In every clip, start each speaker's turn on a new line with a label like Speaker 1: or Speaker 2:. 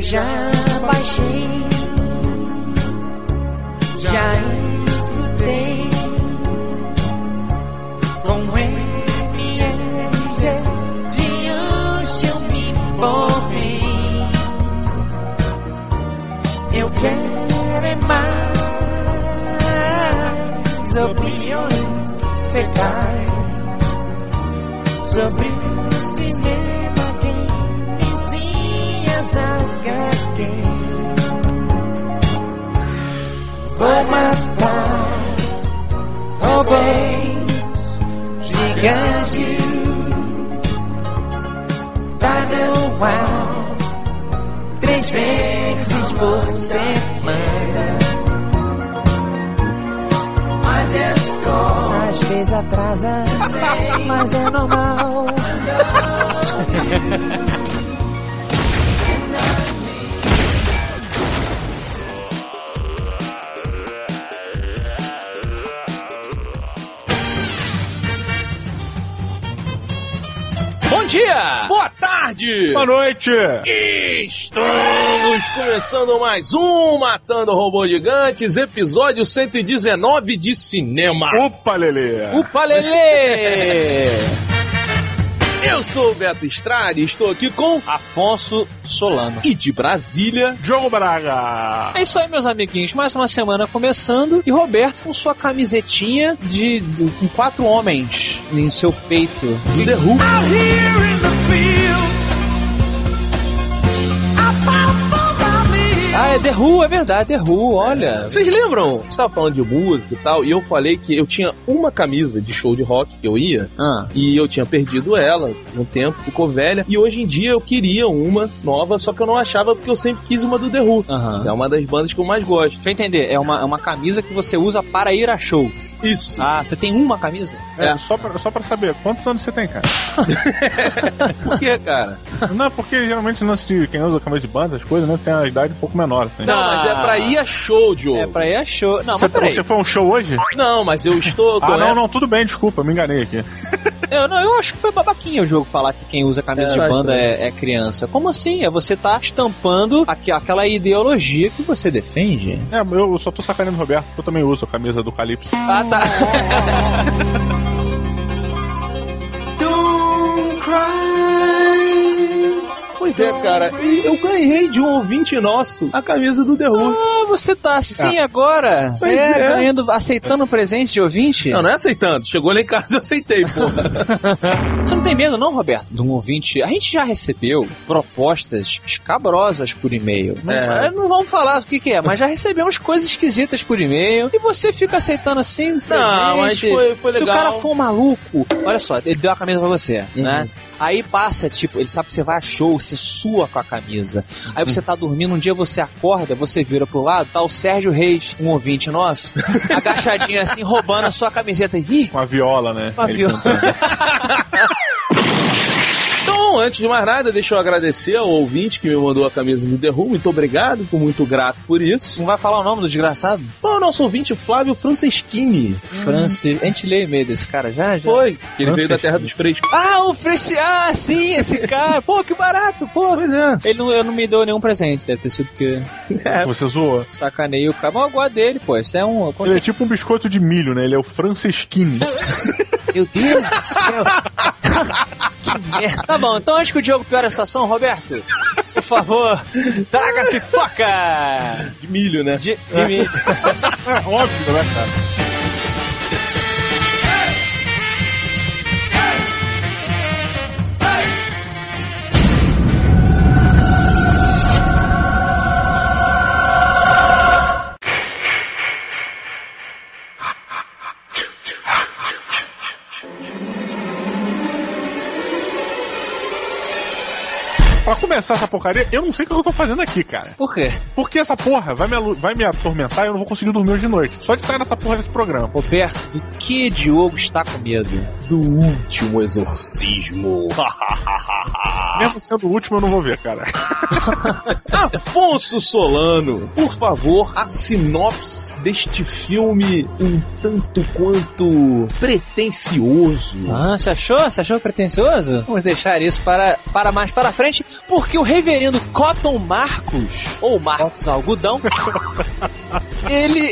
Speaker 1: já baixei, já escutei com e MLG de hoje eu me borrei. Eu quero é mais opiniões fecais sobre o cinema games e HQs. Vou matar robôs gigantes. Tá no ar três vezes por semana. Às vezes atrasa, mas é normal.
Speaker 2: Bom dia!
Speaker 3: Boa tarde!
Speaker 4: Boa noite!
Speaker 3: Estamos começando mais um Matando Robôs Gigantes, episódio 119 de cinema.
Speaker 4: Opa, Lelê!
Speaker 2: Upa,
Speaker 4: É.
Speaker 2: Lelê!
Speaker 3: Eu sou o Beto Estrada e estou aqui com
Speaker 2: Afonso Solano.
Speaker 3: e de Brasília.
Speaker 4: Diogo Braga!
Speaker 2: É isso aí, meus amiguinhos. Mais uma semana começando. E Roberto com sua camisetinha de, de- com quatro homens em seu peito.
Speaker 3: Do The Who.
Speaker 2: Ah, é The Who, é verdade, é The Who, olha.
Speaker 3: Vocês lembram? Você estava falando de música e tal, e eu falei que eu tinha uma camisa de show de rock que eu ia,
Speaker 2: Ah,
Speaker 3: e eu tinha perdido ela no tempo, ficou velha, e hoje em dia eu queria uma nova, só que eu não achava porque eu sempre quis uma do The Who.
Speaker 4: Ah.
Speaker 2: aham.
Speaker 3: É uma das bandas que eu mais gosto.
Speaker 2: Deixa eu entender, é uma, é uma camisa que você usa para ir a shows.
Speaker 3: Isso.
Speaker 2: Ah, você tem uma camisa?
Speaker 4: É,
Speaker 3: É.
Speaker 4: Só, pra, só pra saber, quantos anos você tem, cara?
Speaker 3: Por que, cara?
Speaker 4: não, porque geralmente o lance de quem usa camisa de banda, essas coisas, né, tem uma idade um pouco menor, assim.
Speaker 3: Não, mas é pra ir a show, Diogo.
Speaker 2: É para ir a show. Não,
Speaker 4: Você,
Speaker 2: mas peraí.
Speaker 4: você foi a um show hoje?
Speaker 3: Não, mas eu estou. é-
Speaker 4: Ah, não, não, tudo bem, desculpa, me enganei aqui. É,
Speaker 2: Eu, não, eu acho que foi babaquinha o jogo falar que quem usa camisa
Speaker 3: É,
Speaker 2: de
Speaker 3: eu acho
Speaker 2: banda é, é criança. Como assim? É você tá estampando aqu- aquela ideologia que você defende.
Speaker 4: É, eu só tô sacaneando o Roberto, porque eu também uso a camisa do Calypso.
Speaker 2: Ah, tá.
Speaker 3: Pois é, cara. E eu ganhei de um ouvinte nosso a camisa do The Who.
Speaker 2: Ah, você tá assim agora?
Speaker 3: Pois
Speaker 2: é,
Speaker 3: é.
Speaker 2: ganhando, aceitando o presente de ouvinte?
Speaker 3: Não, não é aceitando. Chegou lá em casa eu aceitei, pô.
Speaker 2: Você não tem medo, não, Roberto, de um ouvinte? A gente já recebeu propostas escabrosas por e-mail. Não,
Speaker 3: É.
Speaker 2: eh, não vamos falar o que, que é, mas já recebemos coisas esquisitas por e-mail. E você fica aceitando assim, os
Speaker 3: Não, mas
Speaker 2: presentes.
Speaker 3: foi- foi
Speaker 2: Se o
Speaker 3: legal.
Speaker 2: cara for maluco, olha só, ele deu a camisa pra você,
Speaker 3: Uhum.
Speaker 2: né? Aí passa, tipo, ele sabe que você vai a show, você sua com a camisa. Aí você tá dormindo, um dia você acorda, você vira pro lado, tá o Sérgio Reis, um ouvinte nosso, agachadinho assim, roubando a sua camiseta. Ih,
Speaker 4: Com a viola, né?
Speaker 2: uma
Speaker 4: Ele
Speaker 2: viola.
Speaker 4: cantando.
Speaker 3: Então, antes de mais nada, deixa eu agradecer ao ouvinte que me mandou a camisa do The Who. Muito obrigado, fico muito grato por isso.
Speaker 2: Não vai falar o nome do desgraçado?
Speaker 3: O nosso ouvinte, Flávio Franceschini.
Speaker 2: Francis. A gente lê e-mail desse cara já? já.
Speaker 3: Foi, que ele veio da
Speaker 4: Franceschini.
Speaker 3: terra dos freios.
Speaker 2: Ah, o Francis. Ah, sim, esse cara. Pô, que barato, pô.
Speaker 3: Pois é.
Speaker 2: Ele não, ele não me deu nenhum presente, deve ter sido porque
Speaker 4: Você zoou.
Speaker 2: sacanei o cara. Mas eu gosto dele, pô. Isso é um. com
Speaker 4: Ele é
Speaker 2: certeza.
Speaker 4: tipo um biscoito de milho, né? Ele é o Franceschini.
Speaker 2: Meu Deus do céu. que merda. Tá bom, então antes que o Diogo piora a situação, Roberto, por favor, traga a pipoca.
Speaker 3: De milho, né?
Speaker 2: De, de mim.
Speaker 4: É óbvio, né, cara? Pra começar essa porcaria, eu não sei o que eu tô fazendo aqui, cara.
Speaker 2: Por quê?
Speaker 4: Porque essa porra vai me, alu- vai me atormentar e eu não vou conseguir dormir hoje de noite. Só de estar nessa porra desse programa.
Speaker 2: Roberto, do que Diogo está com medo?
Speaker 3: Do último exorcismo.
Speaker 4: Mesmo sendo o último, eu não vou ver, cara.
Speaker 3: Afonso Solano, por favor, a sinopse deste filme um tanto quanto pretensioso.
Speaker 2: Ah, você achou? Você achou pretensioso? Vamos deixar isso para, para mais para frente. Porque o reverendo Cotton Marcos, ou Marcos Algodão, ele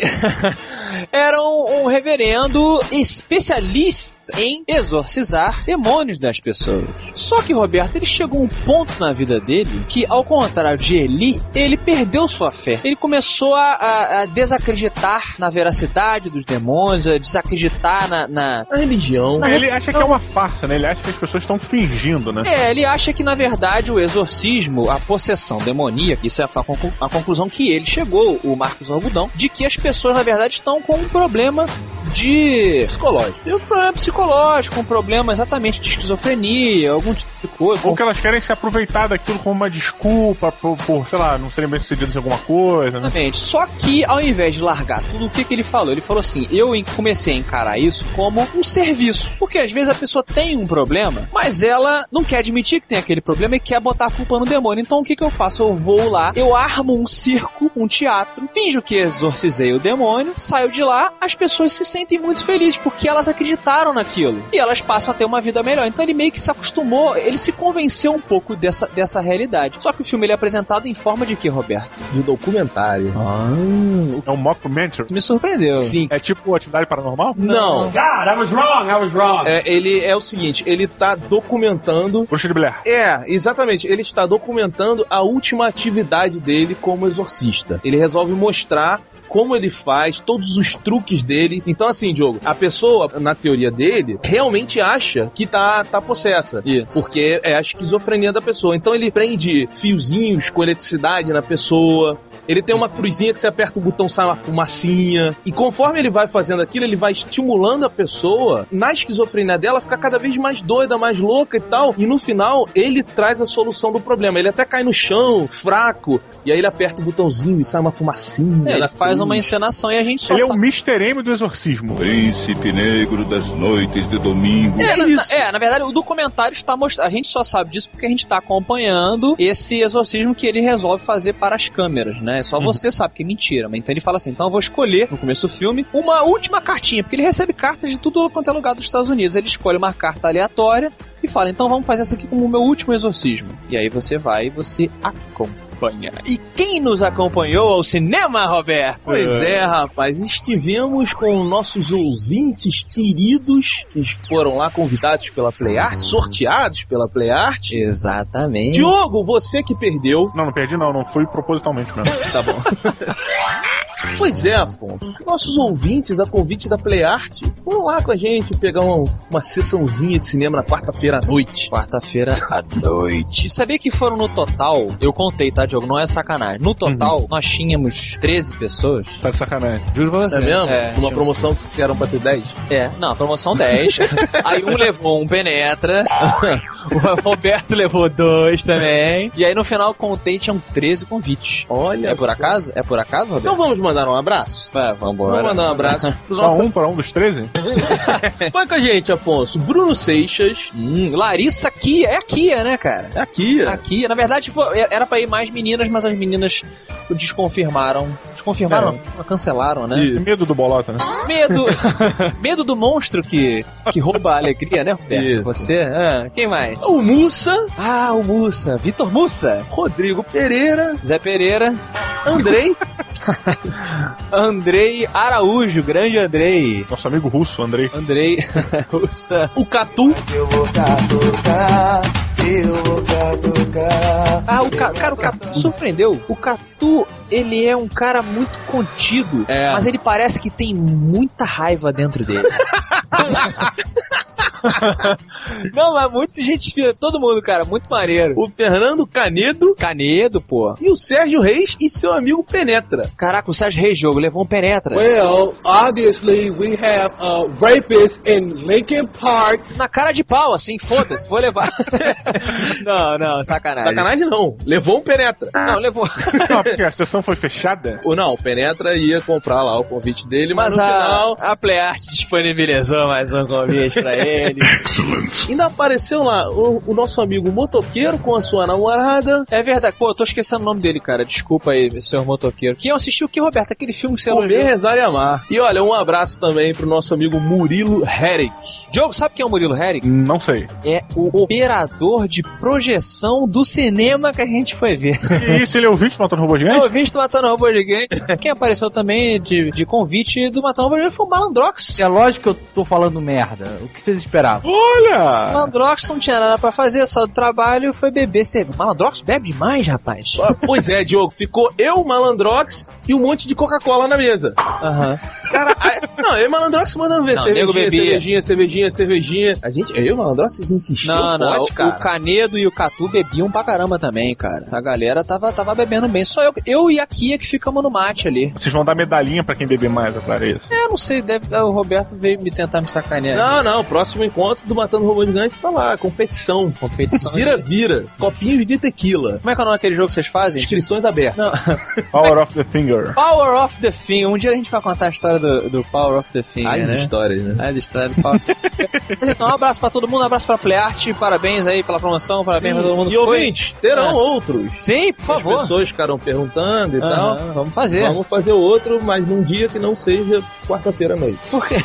Speaker 2: era um, um reverendo especialista em exorcizar demônios das pessoas. Só que, Roberto, ele chegou a um ponto na vida dele que, ao contrário de Eli, ele perdeu sua fé. Ele começou a, a- a desacreditar na veracidade dos demônios, a desacreditar na- na,
Speaker 3: A religião.
Speaker 4: Ele acha que é uma farsa, né? Ele acha que as pessoas estão fingindo, né?
Speaker 2: É, ele acha que na verdade o exorcismo, a possessão demoníaca, isso é a, conclu- a conclusão que ele chegou, o Marcos Algodão, de que as pessoas na verdade estão com um problema de.
Speaker 3: Psicológico.
Speaker 2: de um problema psicológico, um problema exatamente de esquizofrenia, algum tipo de coisa.
Speaker 4: Ou que elas querem se aproveitar daquilo como uma desculpa por, por, sei lá, não serem bem sucedidas em alguma coisa, né?
Speaker 2: Exatamente. Só que ao invés de largar tudo, o que, que ele falou? Ele falou assim: eu em- comecei a encarar isso como um serviço. Porque às vezes a pessoa tem um problema, mas ela não quer admitir que tem aquele problema e quer botar a culpa no demônio. Então o que, que eu faço? Eu vou lá, eu armo um circo, um teatro, finjo que exorcizei o demônio, saio de lá, as pessoas se sentem muito felizes porque elas acreditaram naquilo e elas passam a ter uma vida melhor. Então ele meio que se acostumou, ele se convenceu um pouco dessa, dessa realidade. Só que o filme ele é apresentado em forma de que, Roberto?
Speaker 3: De documentário.
Speaker 4: É um mockumentary.
Speaker 2: Me surpreendeu.
Speaker 3: Sim.
Speaker 4: É tipo atividade paranormal?
Speaker 3: Não.
Speaker 5: God, I was wrong. I was wrong.
Speaker 3: É, ele é o seguinte, ele tá documentando
Speaker 4: Bruxa de Blair.
Speaker 3: É, exatamente. Ele está documentando a última atividade dele como exorcista. Ele resolve mostrar como ele faz, todos os truques dele. Então, assim, Diogo, a pessoa, na teoria dele, realmente acha que tá, tá possessa.
Speaker 2: Isso.
Speaker 3: Porque é a esquizofrenia da pessoa. Então ele prende fiozinhos com eletricidade na pessoa. Ele tem uma cruzinha que você aperta o botão, sai uma fumacinha. E conforme ele vai fazendo aquilo, ele vai estimulando a pessoa na esquizofrenia dela a ficar cada vez mais doida, mais louca e tal. E no final, ele traz a solução do problema. Ele até cai no chão, fraco. E aí ele aperta o botãozinho e sai uma fumacinha. assim.
Speaker 2: É,
Speaker 3: da
Speaker 2: ele faz
Speaker 3: cruz.
Speaker 2: uma encenação e a gente só
Speaker 4: Ele é o
Speaker 2: sabe.
Speaker 4: Mr. M do exorcismo.
Speaker 6: Príncipe negro das noites de domingo.
Speaker 2: É,
Speaker 3: É
Speaker 2: na,
Speaker 3: isso.
Speaker 2: é, na verdade, o documentário está mostrando. A gente só sabe disso porque a gente está acompanhando esse exorcismo que ele resolve fazer para as câmeras, né? Só você sabe que é mentira. Mas então ele fala assim: então eu vou escolher, no começo do filme, uma última cartinha, porque ele recebe cartas de tudo quanto é lugar dos Estados Unidos. Ele escolhe uma carta aleatória e fala: então vamos fazer essa aqui como o meu último exorcismo. E aí você vai e você acompanha. E quem nos acompanhou ao cinema, Roberto?
Speaker 3: Pois é, rapaz. Estivemos com nossos ouvintes queridos que foram lá convidados pela
Speaker 2: Uhum.
Speaker 3: PlayArt, sorteados pela PlayArt.
Speaker 2: Exatamente.
Speaker 3: Diogo, você que perdeu.
Speaker 4: Não, não perdi não, não fui propositalmente mesmo.
Speaker 3: Tá bom. Pois é, Afonso. Nossos ouvintes, a convite da PlayArt, foram lá com a gente pegar uma, uma sessãozinha de cinema na quarta-feira à noite.
Speaker 2: Quarta-feira à noite. Sabia que foram no total? Eu contei, tá, Diogo? Não é sacanagem. No total, nós tínhamos 13 pessoas.
Speaker 4: Tá de sacanagem. Uhum. Juro pra
Speaker 3: É
Speaker 4: você.
Speaker 3: mesmo?
Speaker 2: é,
Speaker 3: Uma
Speaker 2: Diogo.
Speaker 3: promoção que eram pra ter 10.
Speaker 2: É, não, promoção 10. aí um levou um penetra. o Roberto levou dois também. E aí no final contei, tinham 13 convites.
Speaker 3: Olha.
Speaker 2: É por
Speaker 3: só.
Speaker 2: acaso? É por acaso,
Speaker 3: Então
Speaker 2: Roberto?
Speaker 3: vamos mandar um abraço?
Speaker 2: Vai, vambora.
Speaker 3: Vamos mandar um abraço pro
Speaker 4: Só
Speaker 3: nosso
Speaker 4: um para um dos 13?
Speaker 3: Vai com a gente, Afonso. Bruno Seixas.
Speaker 2: Hum, Larissa Kia. É a Kia, né, cara?
Speaker 3: É aqui.
Speaker 2: A Kia. Na verdade, foi- é, era pra ir mais meninas, mas as meninas desconfirmaram. Desconfirmaram?
Speaker 3: É.
Speaker 2: não, Cancelaram, né?
Speaker 4: Tem medo do bolota, né?
Speaker 2: Medo. medo do monstro que, que rouba a alegria, né, Roberto?
Speaker 3: Isso.
Speaker 2: Você? Ah, quem mais?
Speaker 3: O Mussa.
Speaker 2: Ah, o Mussa. Vitor Mussa.
Speaker 3: Rodrigo Pereira.
Speaker 2: Zé Pereira.
Speaker 3: Andrei.
Speaker 2: Andrei Araújo. Grande Andrei.
Speaker 4: Nosso amigo russo, Andrei.
Speaker 2: Andrei Russa.
Speaker 3: o Catu.
Speaker 2: Ah, o Ca- cara, o Catu surpreendeu. O Catu, ele é um cara muito contido,
Speaker 3: É.
Speaker 2: mas ele parece que tem muita raiva dentro dele. Não, mas muito gente fina, todo mundo, cara, muito maneiro.
Speaker 3: O Fernando Canedo.
Speaker 2: Canedo, pô.
Speaker 3: E o Sérgio Reis e seu amigo Penetra.
Speaker 2: Caraca, o Sérgio Reis Jogo levou um penetra.
Speaker 7: Well, obviously, we have a rapist in Lincoln Park.
Speaker 2: Na cara de pau, assim, foda-se, vou levar. não, não, sacanagem.
Speaker 3: Sacanagem não. Levou um Penetra.
Speaker 2: Não, levou.
Speaker 4: Não, porque a sessão foi fechada.
Speaker 3: Ou não, o Penetra ia comprar lá o convite dele,
Speaker 2: Mas
Speaker 3: mas, no
Speaker 2: a,
Speaker 3: final.
Speaker 2: a PlayArt disponibilizou mais um convite pra ele.
Speaker 3: velho. Ainda apareceu lá o, o nosso amigo motoqueiro com a sua namorada.
Speaker 2: É verdade. Pô, eu tô esquecendo o nome dele, cara. Desculpa aí, senhor motoqueiro. Quem assistiu o que, Roberto? Aquele filme que você
Speaker 3: Comer,
Speaker 2: elogiou?
Speaker 3: rezar e amar. E olha, um abraço também pro nosso amigo Murilo Herrick.
Speaker 2: Diogo, sabe quem é o Murilo Herrick?
Speaker 4: Não sei.
Speaker 2: É o operador de projeção do cinema que a gente foi ver.
Speaker 4: E isso, ele é ouvinte do Matando Robô
Speaker 2: É o
Speaker 4: Gigante?
Speaker 2: ouvinte do Matando Robô Gigante. Quem apareceu também de, de convite do Matando Robô Gigante foi o Malandrox.
Speaker 8: É lógico que eu tô falando merda. O que vocês esperavam?
Speaker 4: Olha!
Speaker 2: Malandrox não tinha nada pra fazer, só do trabalho, foi beber cerveja. Malandrox bebe demais, rapaz.
Speaker 3: Ah, Pois é, Diogo, ficou eu, Malandrox e um monte de Coca-Cola na mesa.
Speaker 2: Aham.
Speaker 3: Cara, aí- não, eu e Malandrox mandando ver
Speaker 2: Não, nego
Speaker 3: cervejinha,
Speaker 2: bebia.
Speaker 3: cervejinha, cervejinha, cervejinha. A gente, eu e o Malandrox, a gente encheu
Speaker 2: Não,
Speaker 3: o
Speaker 2: não,
Speaker 3: pote,
Speaker 2: o-
Speaker 3: cara.
Speaker 2: o Canedo e o Catu bebiam pra caramba também, cara. A galera tava, tava bebendo bem, só eu, eu e a Kia que ficamos no mate ali.
Speaker 4: Vocês vão dar medalhinha pra quem beber mais, é claro é isso.
Speaker 2: É, eu não sei, deve, o Roberto veio me tentar me sacanear.
Speaker 3: Não, não, próximo encontro do Matando Robô Gigante tá lá, competição.
Speaker 2: Competição. né?
Speaker 3: Vira-vira, copinhos de tequila,
Speaker 2: Como é que é o nome daquele jogo que vocês fazem?
Speaker 3: inscrições abertas.
Speaker 2: Não,
Speaker 4: Power of the Finger.
Speaker 2: Power of the Finger. Um dia a gente vai contar a história do, do Power of the Finger,
Speaker 3: As
Speaker 2: né?
Speaker 3: histórias, né?
Speaker 2: As histórias do Power of the Finger. Mas, então, um abraço pra todo mundo, um abraço pra Playart, parabéns aí pela promoção, parabéns pra Tá todo mundo.
Speaker 3: e
Speaker 2: que foi.
Speaker 3: ouvintes, terão
Speaker 2: Ah.
Speaker 3: outros.
Speaker 2: Sim, por
Speaker 3: As
Speaker 2: favor.
Speaker 3: pessoas ficaram perguntando e
Speaker 2: Aham,
Speaker 3: tal.
Speaker 2: então, vamos fazer.
Speaker 3: Vamos fazer outro, mas num dia que não seja quarta-feira à noite.
Speaker 2: Por quê?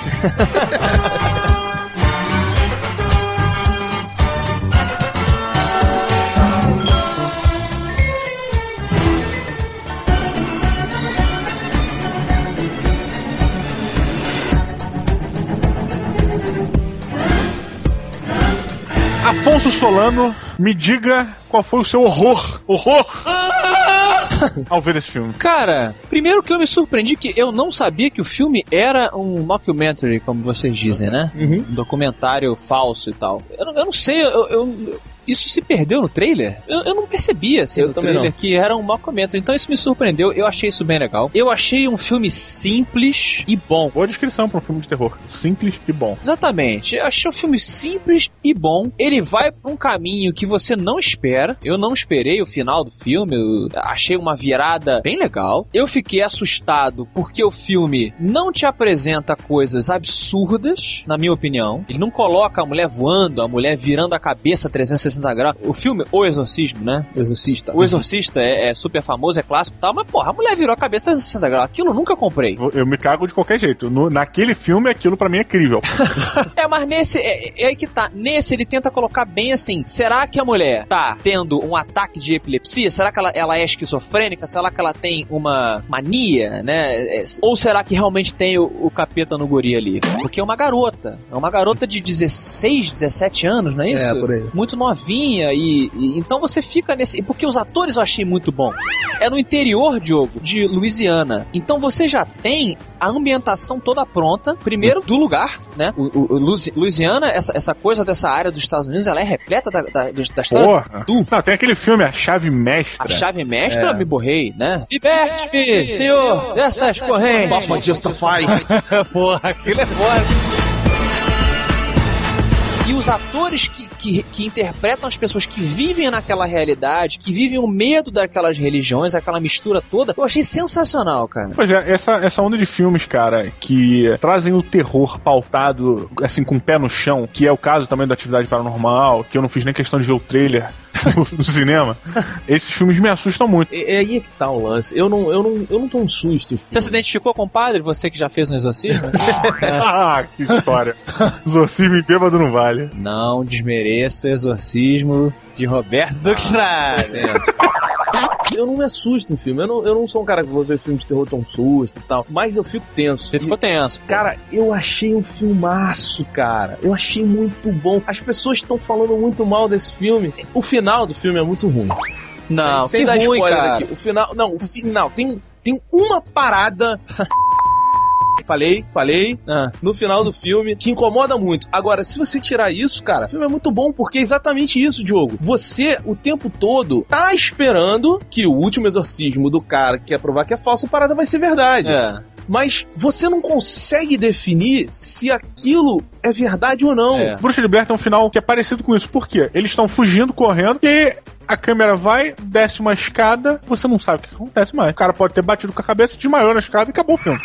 Speaker 4: Afonso Solano, me diga qual foi o seu horror. Horror! Ao ver esse filme.
Speaker 2: Cara, primeiro que eu me surpreendi que eu não sabia que o filme era um mockumentary, como vocês dizem, né?
Speaker 3: Uhum.
Speaker 2: Um documentário falso e tal. Eu, não- eu não sei, eu, eu- isso se perdeu no trailer? Eu, eu não percebia, assim,
Speaker 3: Eu
Speaker 2: no
Speaker 3: também
Speaker 2: trailer que era um mockumentary. Então isso me surpreendeu, eu achei isso bem legal. Eu achei um filme simples e bom.
Speaker 4: Boa descrição pra um filme de terror. Simples e bom.
Speaker 2: Exatamente. Eu achei o filme simples e bom. Ele vai pra um caminho que você não espera. Eu não esperei o final do filme. Eu achei uma virada bem legal. Eu fiquei assustado porque o filme não te apresenta coisas absurdas, na minha opinião. Ele não coloca a mulher voando, a mulher virando a cabeça 360 graus. O filme O Exorcismo, né?
Speaker 3: Exorcista.
Speaker 2: O Exorcista é, é super famoso, é clássico e tal, mas porra, a mulher virou a cabeça 360 graus. Aquilo eu nunca comprei.
Speaker 4: Vou- Eu me cago de qualquer jeito. No- naquele filme, aquilo pra mim é incrível.
Speaker 2: É, mas nesse, é, é aí que tá. Nesse ele tenta colocar bem assim: será que a mulher tá tendo um ataque de epilepsia? Será que ela, ela é esquizofrênica? Será que ela tem uma mania, né? É, Ou será que realmente tem o, o capeta no guri ali? Porque é uma garota. É uma garota de 16, 17 anos, não é isso?
Speaker 3: por aí.
Speaker 2: Muito novinha e, e- então você fica nesse. Porque os atores eu achei muito bom. É no interior, Diogo, de Louisiana. Então você já tem a ambientação toda pronta, primeiro do lugar, né? O, o- o Lusi- Louisiana, essa, essa coisa dessa área dos Estados Unidos, ela é repleta da, da, dos- da história
Speaker 4: Porra!
Speaker 2: do
Speaker 4: Não, tem aquele filme, A Chave Mestra.
Speaker 2: a chave mestra, me borrei, né? Liberte-me, senhor, dessas
Speaker 3: Papa
Speaker 2: correntes.
Speaker 3: Justify.
Speaker 2: Porra, aquilo é foda. E os atores que, que, que interpretam as pessoas que vivem naquela realidade, que vivem o medo daquelas religiões, aquela mistura toda, eu achei sensacional, cara.
Speaker 4: Pois é, essa, essa onda de filmes, cara, que trazem o terror pautado, assim, com o pé no chão, que é o caso também da Atividade Paranormal, que eu não fiz nem questão de ver o trailer no, no cinema, esses filmes me assustam muito.
Speaker 3: É, é aí que tá o lance. Eu não, eu não, eu não tô um susto.
Speaker 2: Você se identificou com o padre, você que já fez um exorcismo?
Speaker 4: ah, que história. Exorcismo e bêbado não vale.
Speaker 2: Não desmereça o exorcismo de Roberto Duque Estrada.
Speaker 3: Eu não me assusto em filme. Eu não, eu não sou um cara que vou ver filme de terror tão susto e tal. Mas eu fico tenso.
Speaker 2: Você
Speaker 3: E,
Speaker 2: ficou tenso. pô.
Speaker 3: Cara, eu achei um filmaço, cara. Eu achei muito bom. As pessoas estão falando muito mal desse filme. O final do filme é muito ruim.
Speaker 2: não,
Speaker 3: Sem
Speaker 2: Ah, que
Speaker 3: dar
Speaker 2: ruim,
Speaker 3: spoiler
Speaker 2: cara.
Speaker 3: aqui. O final. Não, o final. Tem, tem uma parada. falei, falei.
Speaker 2: Ah,
Speaker 3: no final do filme que incomoda muito. Agora, se você tirar isso, cara, o filme é muito bom porque é exatamente isso, Diogo. Você, o tempo todo, tá esperando que o último exorcismo do cara que quer provar que é falso, a parada vai ser verdade.
Speaker 2: é.
Speaker 3: Mas você não consegue definir se aquilo é verdade ou não.
Speaker 2: É.
Speaker 4: Bruxa de Blair tem um final que é parecido com isso. Por quê? Eles estão fugindo, correndo, e a câmera vai, desce uma escada, você não sabe o que acontece mais. O cara pode ter batido com a cabeça, desmaiou na escada e acabou o filme.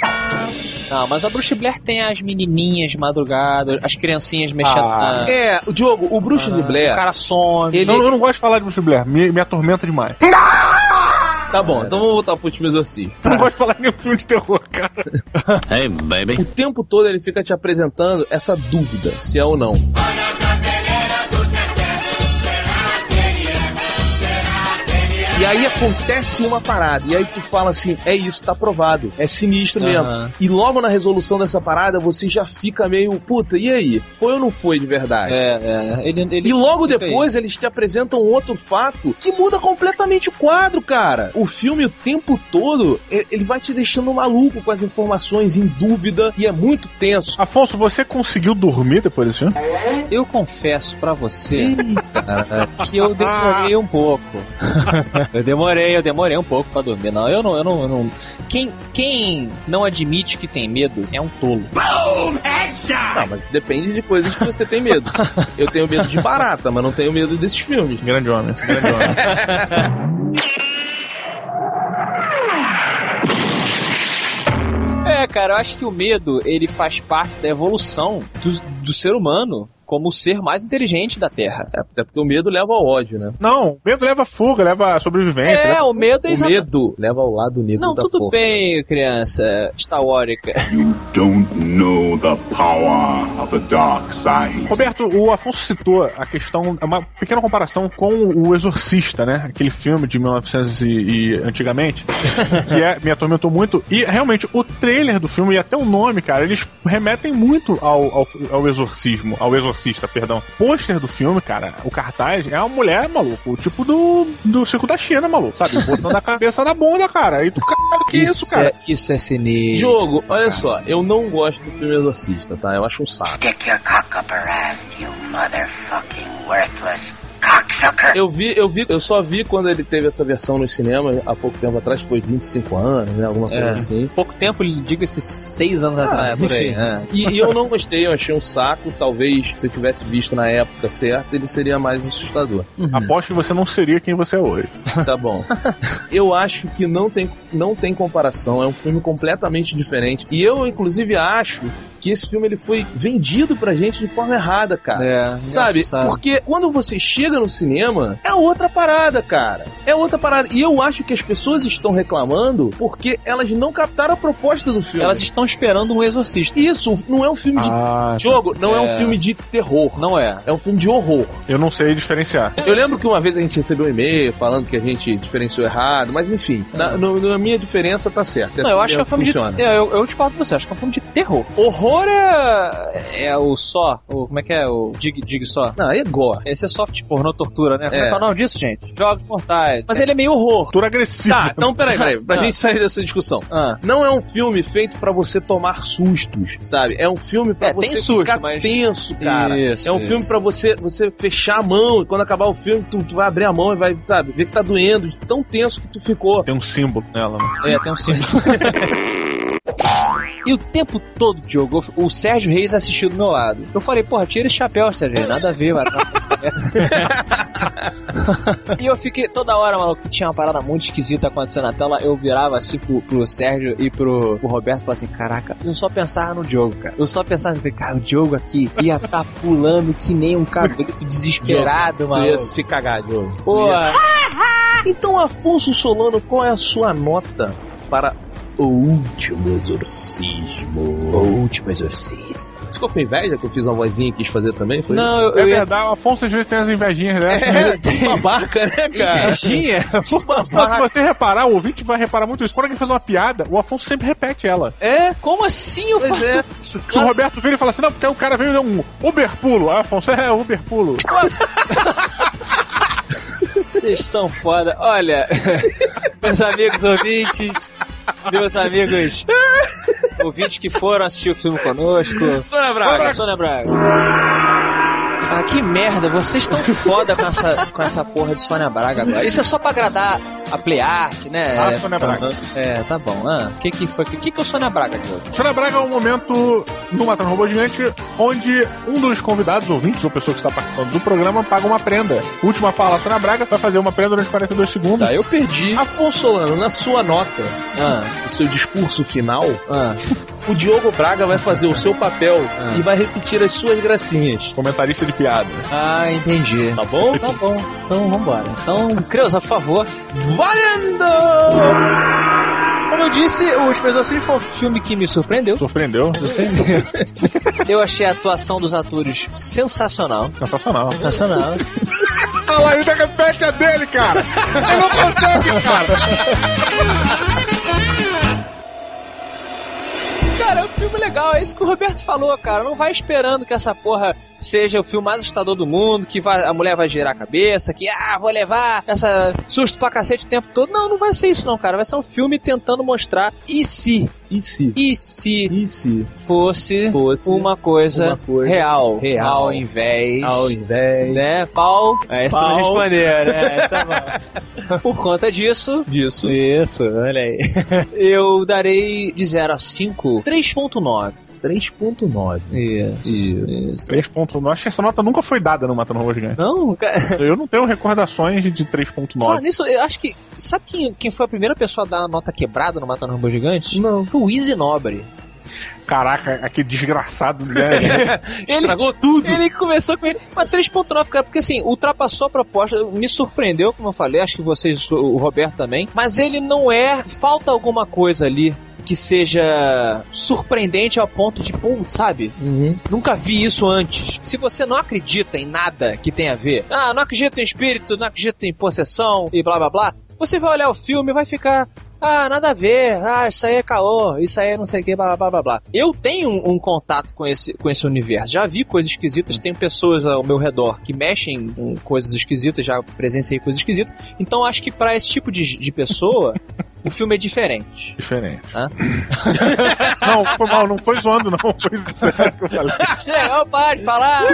Speaker 2: Não, mas a Bruxa Blair tem as menininhas de madrugada, as criancinhas mexendo
Speaker 4: Ah.
Speaker 2: na...
Speaker 3: É, o Diogo, o Bruxo de
Speaker 2: O
Speaker 3: Blair.
Speaker 2: Ah, cara some.
Speaker 3: é. Ele-
Speaker 4: Não, eu não gosto de falar de Bruxa de Blair, me, me atormenta demais.
Speaker 3: Tá bom, então vamos voltar pro último exorcismo.
Speaker 4: Eu não gosto de falar de nenhum filme de terror, cara.
Speaker 9: Hey, baby.
Speaker 3: O tempo todo ele fica te apresentando essa dúvida, se é ou não. E aí acontece uma parada, e aí tu fala assim, é isso, tá provado, é sinistro mesmo.
Speaker 2: Aham.
Speaker 3: E logo na resolução dessa parada, você já fica meio, puta, e aí? Foi ou não foi de verdade?
Speaker 2: É, é. Ele, ele...
Speaker 3: E logo
Speaker 2: fica aí.
Speaker 3: depois eles te apresentam outro fato que muda completamente o quadro, cara. O filme o tempo todo, e- ele vai te deixando maluco com as informações em dúvida e é muito tenso.
Speaker 4: Afonso, você conseguiu dormir depois desse filme?
Speaker 2: Eu confesso pra você que eu demorei um pouco. Eu demorei, eu demorei um pouco pra dormir. Não, eu não, eu não, eu não. Quem, quem não admite que tem medo é um tolo.
Speaker 3: Ah, mas depende de coisas que você tem medo. Eu tenho medo de barata, mas não tenho medo desses filmes.
Speaker 4: Grande homem, grande homem.
Speaker 2: É, cara, eu acho que o medo ele faz parte da evolução do, do ser humano como o ser mais inteligente da Terra.
Speaker 3: É, até porque o medo leva ao ódio, né?
Speaker 4: Não, o medo leva a fuga, leva a sobrevivência.
Speaker 2: É,
Speaker 4: leva-
Speaker 2: o medo é
Speaker 3: O
Speaker 2: exatamente.
Speaker 3: medo leva ao lado negro
Speaker 2: Não,
Speaker 3: da
Speaker 2: tudo
Speaker 3: força.
Speaker 2: bem, criança estáórica.
Speaker 6: You don't know the power of the dark side.
Speaker 4: Roberto, o Afonso citou a questão, é uma pequena comparação com o Exorcista, né? Aquele filme de 1900 e, e antigamente, que é- me atormentou muito. E realmente, o trailer do filme e até o nome, cara, eles remetem muito ao, ao, ao exorcismo, ao exorcista, perdão. O pôster do filme, cara, o cartaz, é uma mulher, maluco, o tipo do, do Circo da China, maluco, sabe? Botando a cabeça na bunda, cara. E tu, caralho, que isso, cara?
Speaker 2: É, isso é sinistro.
Speaker 3: Diogo, olha só, eu não gosto do filme Exorcista, tá? Eu acho um saco.
Speaker 10: Get your cock up her ass, you motherfucking worthless cocksucker.
Speaker 3: Eu vi, eu vi, eu só vi quando ele teve essa versão nos cinemas há pouco tempo atrás, foi 25 anos, né? Alguma coisa
Speaker 2: É.
Speaker 3: assim.
Speaker 2: Pouco tempo, diga-se, seis anos atrás, por aí.
Speaker 3: Ah, enfim.
Speaker 2: é.
Speaker 3: E, e eu não gostei, eu achei um saco. Talvez se eu tivesse visto na época certa, ele seria mais assustador.
Speaker 4: Aposto que você não seria quem você é hoje.
Speaker 3: Tá bom. Eu acho que não tem, não tem comparação. É um filme completamente diferente. E eu, inclusive, acho que esse filme ele foi vendido pra gente de forma errada, cara.
Speaker 2: É,
Speaker 3: Sabe?
Speaker 2: engraçado.
Speaker 3: Porque quando você chega no cinema, é outra parada, cara. É outra parada. E eu acho que as pessoas estão reclamando porque elas não captaram a proposta do filme.
Speaker 2: Elas estão esperando um exorcista.
Speaker 3: Isso não é um filme de
Speaker 4: Ah,
Speaker 3: jogo, não é. um
Speaker 2: É.
Speaker 3: filme de terror.
Speaker 2: Não é.
Speaker 3: É um filme de horror.
Speaker 4: eu não sei diferenciar.
Speaker 3: Eu lembro que uma vez a gente recebeu um e-mail falando que a gente diferenciou errado, mas enfim, na, no- na minha diferença tá certa. É
Speaker 2: Não, eu
Speaker 3: assim
Speaker 2: acho que é um
Speaker 3: mesmo
Speaker 2: filme
Speaker 3: funciona.
Speaker 2: de. É, Eu, eu discordo de você, acho que é um filme de terror. Horror é. É o só. O, como é que é? O Dig, dig só.
Speaker 3: Não, aí é gore.
Speaker 2: Esse é soft pornô tortura, né? Como é,
Speaker 3: É.
Speaker 2: que é o nome disso, gente? Jogos mortais. Mas ele é meio horror.
Speaker 4: Cultura agressiva.
Speaker 3: Tá, então peraí, peraí, pra
Speaker 2: Ah.
Speaker 3: gente sair dessa discussão.
Speaker 2: Ah,
Speaker 3: Não é um filme feito pra você tomar sustos, sabe? É um filme pra
Speaker 2: É,
Speaker 3: você
Speaker 2: tem susto,
Speaker 3: ficar
Speaker 2: mas-
Speaker 3: tenso, cara.
Speaker 2: Isso,
Speaker 3: é um
Speaker 2: isso.
Speaker 3: filme pra você você fechar a mão e quando acabar o filme tu, tu vai abrir a mão e vai, sabe, ver que tá doendo, de tão tenso que tu ficou.
Speaker 4: Tem um símbolo nela, né?
Speaker 2: é, tem um símbolo. E o tempo todo, Diogo, o Sérgio Reis assistiu do meu lado. Eu falei, porra, tira esse chapéu, Sérgio Reis, nada a ver, vai E eu fiquei toda hora, maluco, que tinha uma parada muito esquisita acontecendo na tela. Eu virava assim pro, pro Sérgio e pro, pro Roberto e falava assim: Caraca, eu só pensava no Diogo, cara. Eu só pensava, eu falei, cara, o Diogo aqui ia tá pulando que nem um cabrito desesperado,
Speaker 3: Tu ia
Speaker 2: maluco.
Speaker 3: se cagar de novo.
Speaker 2: Pô,
Speaker 3: Então, Afonso Solano, qual é a sua nota para o último exorcismo?
Speaker 2: último exorcista.
Speaker 3: Ficou com inveja que eu fiz uma vozinha e quis fazer também? Foi
Speaker 2: Não,
Speaker 3: isso?
Speaker 2: eu,
Speaker 4: é
Speaker 2: eu ia.
Speaker 4: verdade, o Afonso às vezes tem as invejinhas, né?
Speaker 3: É, babaca, né, cara?
Speaker 2: Invejinha?
Speaker 4: Mas se você reparar, o ouvinte vai reparar muito isso. Quando alguém faz uma piada, o Afonso sempre repete ela.
Speaker 3: É,
Speaker 2: Como assim eu
Speaker 3: Pois
Speaker 2: faço
Speaker 3: é.
Speaker 2: isso?
Speaker 4: Se o Roberto vira e fala assim, não, porque o cara veio e deu um Uber pulo. Aí o Afonso, é, Uber pulo.
Speaker 2: Vocês são foda. Olha, meus amigos ouvintes, meus amigos ouvintes que foram assistir o filme conosco.
Speaker 3: Sônia
Speaker 2: Braga,
Speaker 3: Braga.
Speaker 2: Sônia Braga. Ah, que merda, vocês estão foda com essa, com essa porra de Sônia Braga agora. Isso é só pra agradar a Playart, né?
Speaker 4: Ah,
Speaker 2: É,
Speaker 4: Sônia Braga.
Speaker 2: É, tá bom. O que que foi? O que que é o Sônia Braga, Diogo?
Speaker 4: Sônia Braga é um momento no Matando Robô Gigante onde um dos convidados, ouvintes ou pessoa que está participando do programa, paga uma prenda. Última fala, Sônia Braga vai fazer uma prenda durante 42 segundos.
Speaker 2: Tá, eu perdi.
Speaker 3: Afonso Solano, na sua nota,
Speaker 2: Ah,
Speaker 3: no seu discurso final,
Speaker 2: ah.
Speaker 3: o Diogo Braga vai fazer o seu papel
Speaker 2: Ah.
Speaker 3: e vai repetir as suas gracinhas.
Speaker 4: Comentarista de piada.
Speaker 2: Ah, entendi.
Speaker 3: Tá bom?
Speaker 2: Tá bom, então vambora. Então, Creuza, por favor.
Speaker 3: Valendo!
Speaker 2: Como eu disse, o Expressor foi um filme que me surpreendeu.
Speaker 4: Surpreendeu?
Speaker 2: Eu achei a atuação dos atores sensacional.
Speaker 4: Sensacional.
Speaker 2: Sensacional.
Speaker 4: Olha lá, ainda repete a dele, cara! Ele não consegue, cara!
Speaker 2: Cara, é um filme legal, é isso que o Roberto falou, cara. Não vai esperando que essa porra seja o filme mais assustador do mundo, que vai- a mulher vai girar a cabeça, que ah, vou levar essa susto pra cacete o tempo todo. Não, não vai ser isso, não, cara. Vai ser um filme tentando mostrar e se,
Speaker 3: E se?
Speaker 2: e se
Speaker 3: E se
Speaker 2: fosse,
Speaker 3: fosse
Speaker 2: uma coisa,
Speaker 3: uma coisa
Speaker 2: real,
Speaker 3: real.
Speaker 2: ao invés.
Speaker 3: ao invés
Speaker 2: né? Pau. É, isso
Speaker 3: Pau.
Speaker 2: não responder, né? Tá bom. Por conta disso,
Speaker 3: disso?
Speaker 2: isso, olha aí. Eu darei de 0 a 5, 3.9.
Speaker 3: 3.9.
Speaker 2: Isso. Isso.
Speaker 4: 3.9. Acho que essa nota nunca foi dada no Matando Robô Gigante.
Speaker 2: Não, cara.
Speaker 4: Eu não tenho recordações de
Speaker 2: Falando
Speaker 4: 3.9.
Speaker 2: nisso, eu acho que. Sabe quem, quem foi a primeira pessoa a dar a nota quebrada no Matando Rambo Gigante?
Speaker 3: Não.
Speaker 2: Foi o Easy Nobre.
Speaker 4: Caraca, aquele desgraçado, né?
Speaker 3: Estragou tudo.
Speaker 2: Ele começou com ele. Mas 3.9, cara, porque assim, ultrapassou a proposta, me surpreendeu, como eu falei, acho que vocês, o Roberto também. Mas ele não é. Falta alguma coisa ali que seja surpreendente ao ponto de, pô, sabe?
Speaker 3: Uhum.
Speaker 2: Nunca vi isso antes. Se você não acredita em nada que tem a ver, ah, não acredito em espírito, não acredito em possessão e blá blá blá, você vai olhar o filme e vai ficar. Ah, nada a ver. Ah, isso aí é caô. Isso aí é não sei o que, blá, blá, blá, blá. Eu tenho um, um contato com esse, com esse universo. Já vi coisas esquisitas. Tem pessoas ao meu redor que mexem com coisas esquisitas. Já presenciei coisas esquisitas. Então acho que pra esse tipo de, de pessoa, o filme é diferente.
Speaker 4: Diferente.
Speaker 2: Hã?
Speaker 4: Não, foi mal, não foi zoando, não. Foi sério que eu falei.
Speaker 2: Chega, para É, de falar.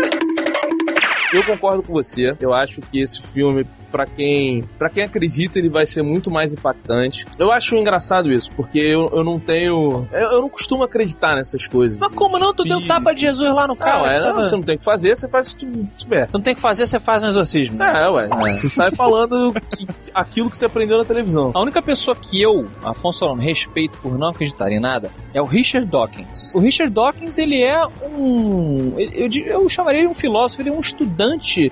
Speaker 3: Eu concordo com você. Eu acho que esse filme, pra quem, pra quem acredita, ele vai ser muito mais impactante. Eu acho engraçado isso, porque eu, eu não tenho. Eu, eu não costumo acreditar nessas coisas.
Speaker 2: Mas como não? Tu deu
Speaker 3: Ih.
Speaker 2: tapa de Jesus lá no
Speaker 3: Ah,
Speaker 2: cara.
Speaker 3: ué, não,
Speaker 2: tava-
Speaker 3: você não tem o que fazer, você faz o que tiver.
Speaker 2: Tu não tem o que fazer, você faz um exorcismo.
Speaker 3: É, ué. Você sai falando que- aquilo que você aprendeu na televisão.
Speaker 2: A única pessoa que eu, Afonso Solano, respeito por não acreditar em nada é o Richard Dawkins. O Richard Dawkins, ele é um. ele- Eu, di- eu chamaria ele um filósofo, ele é um estudante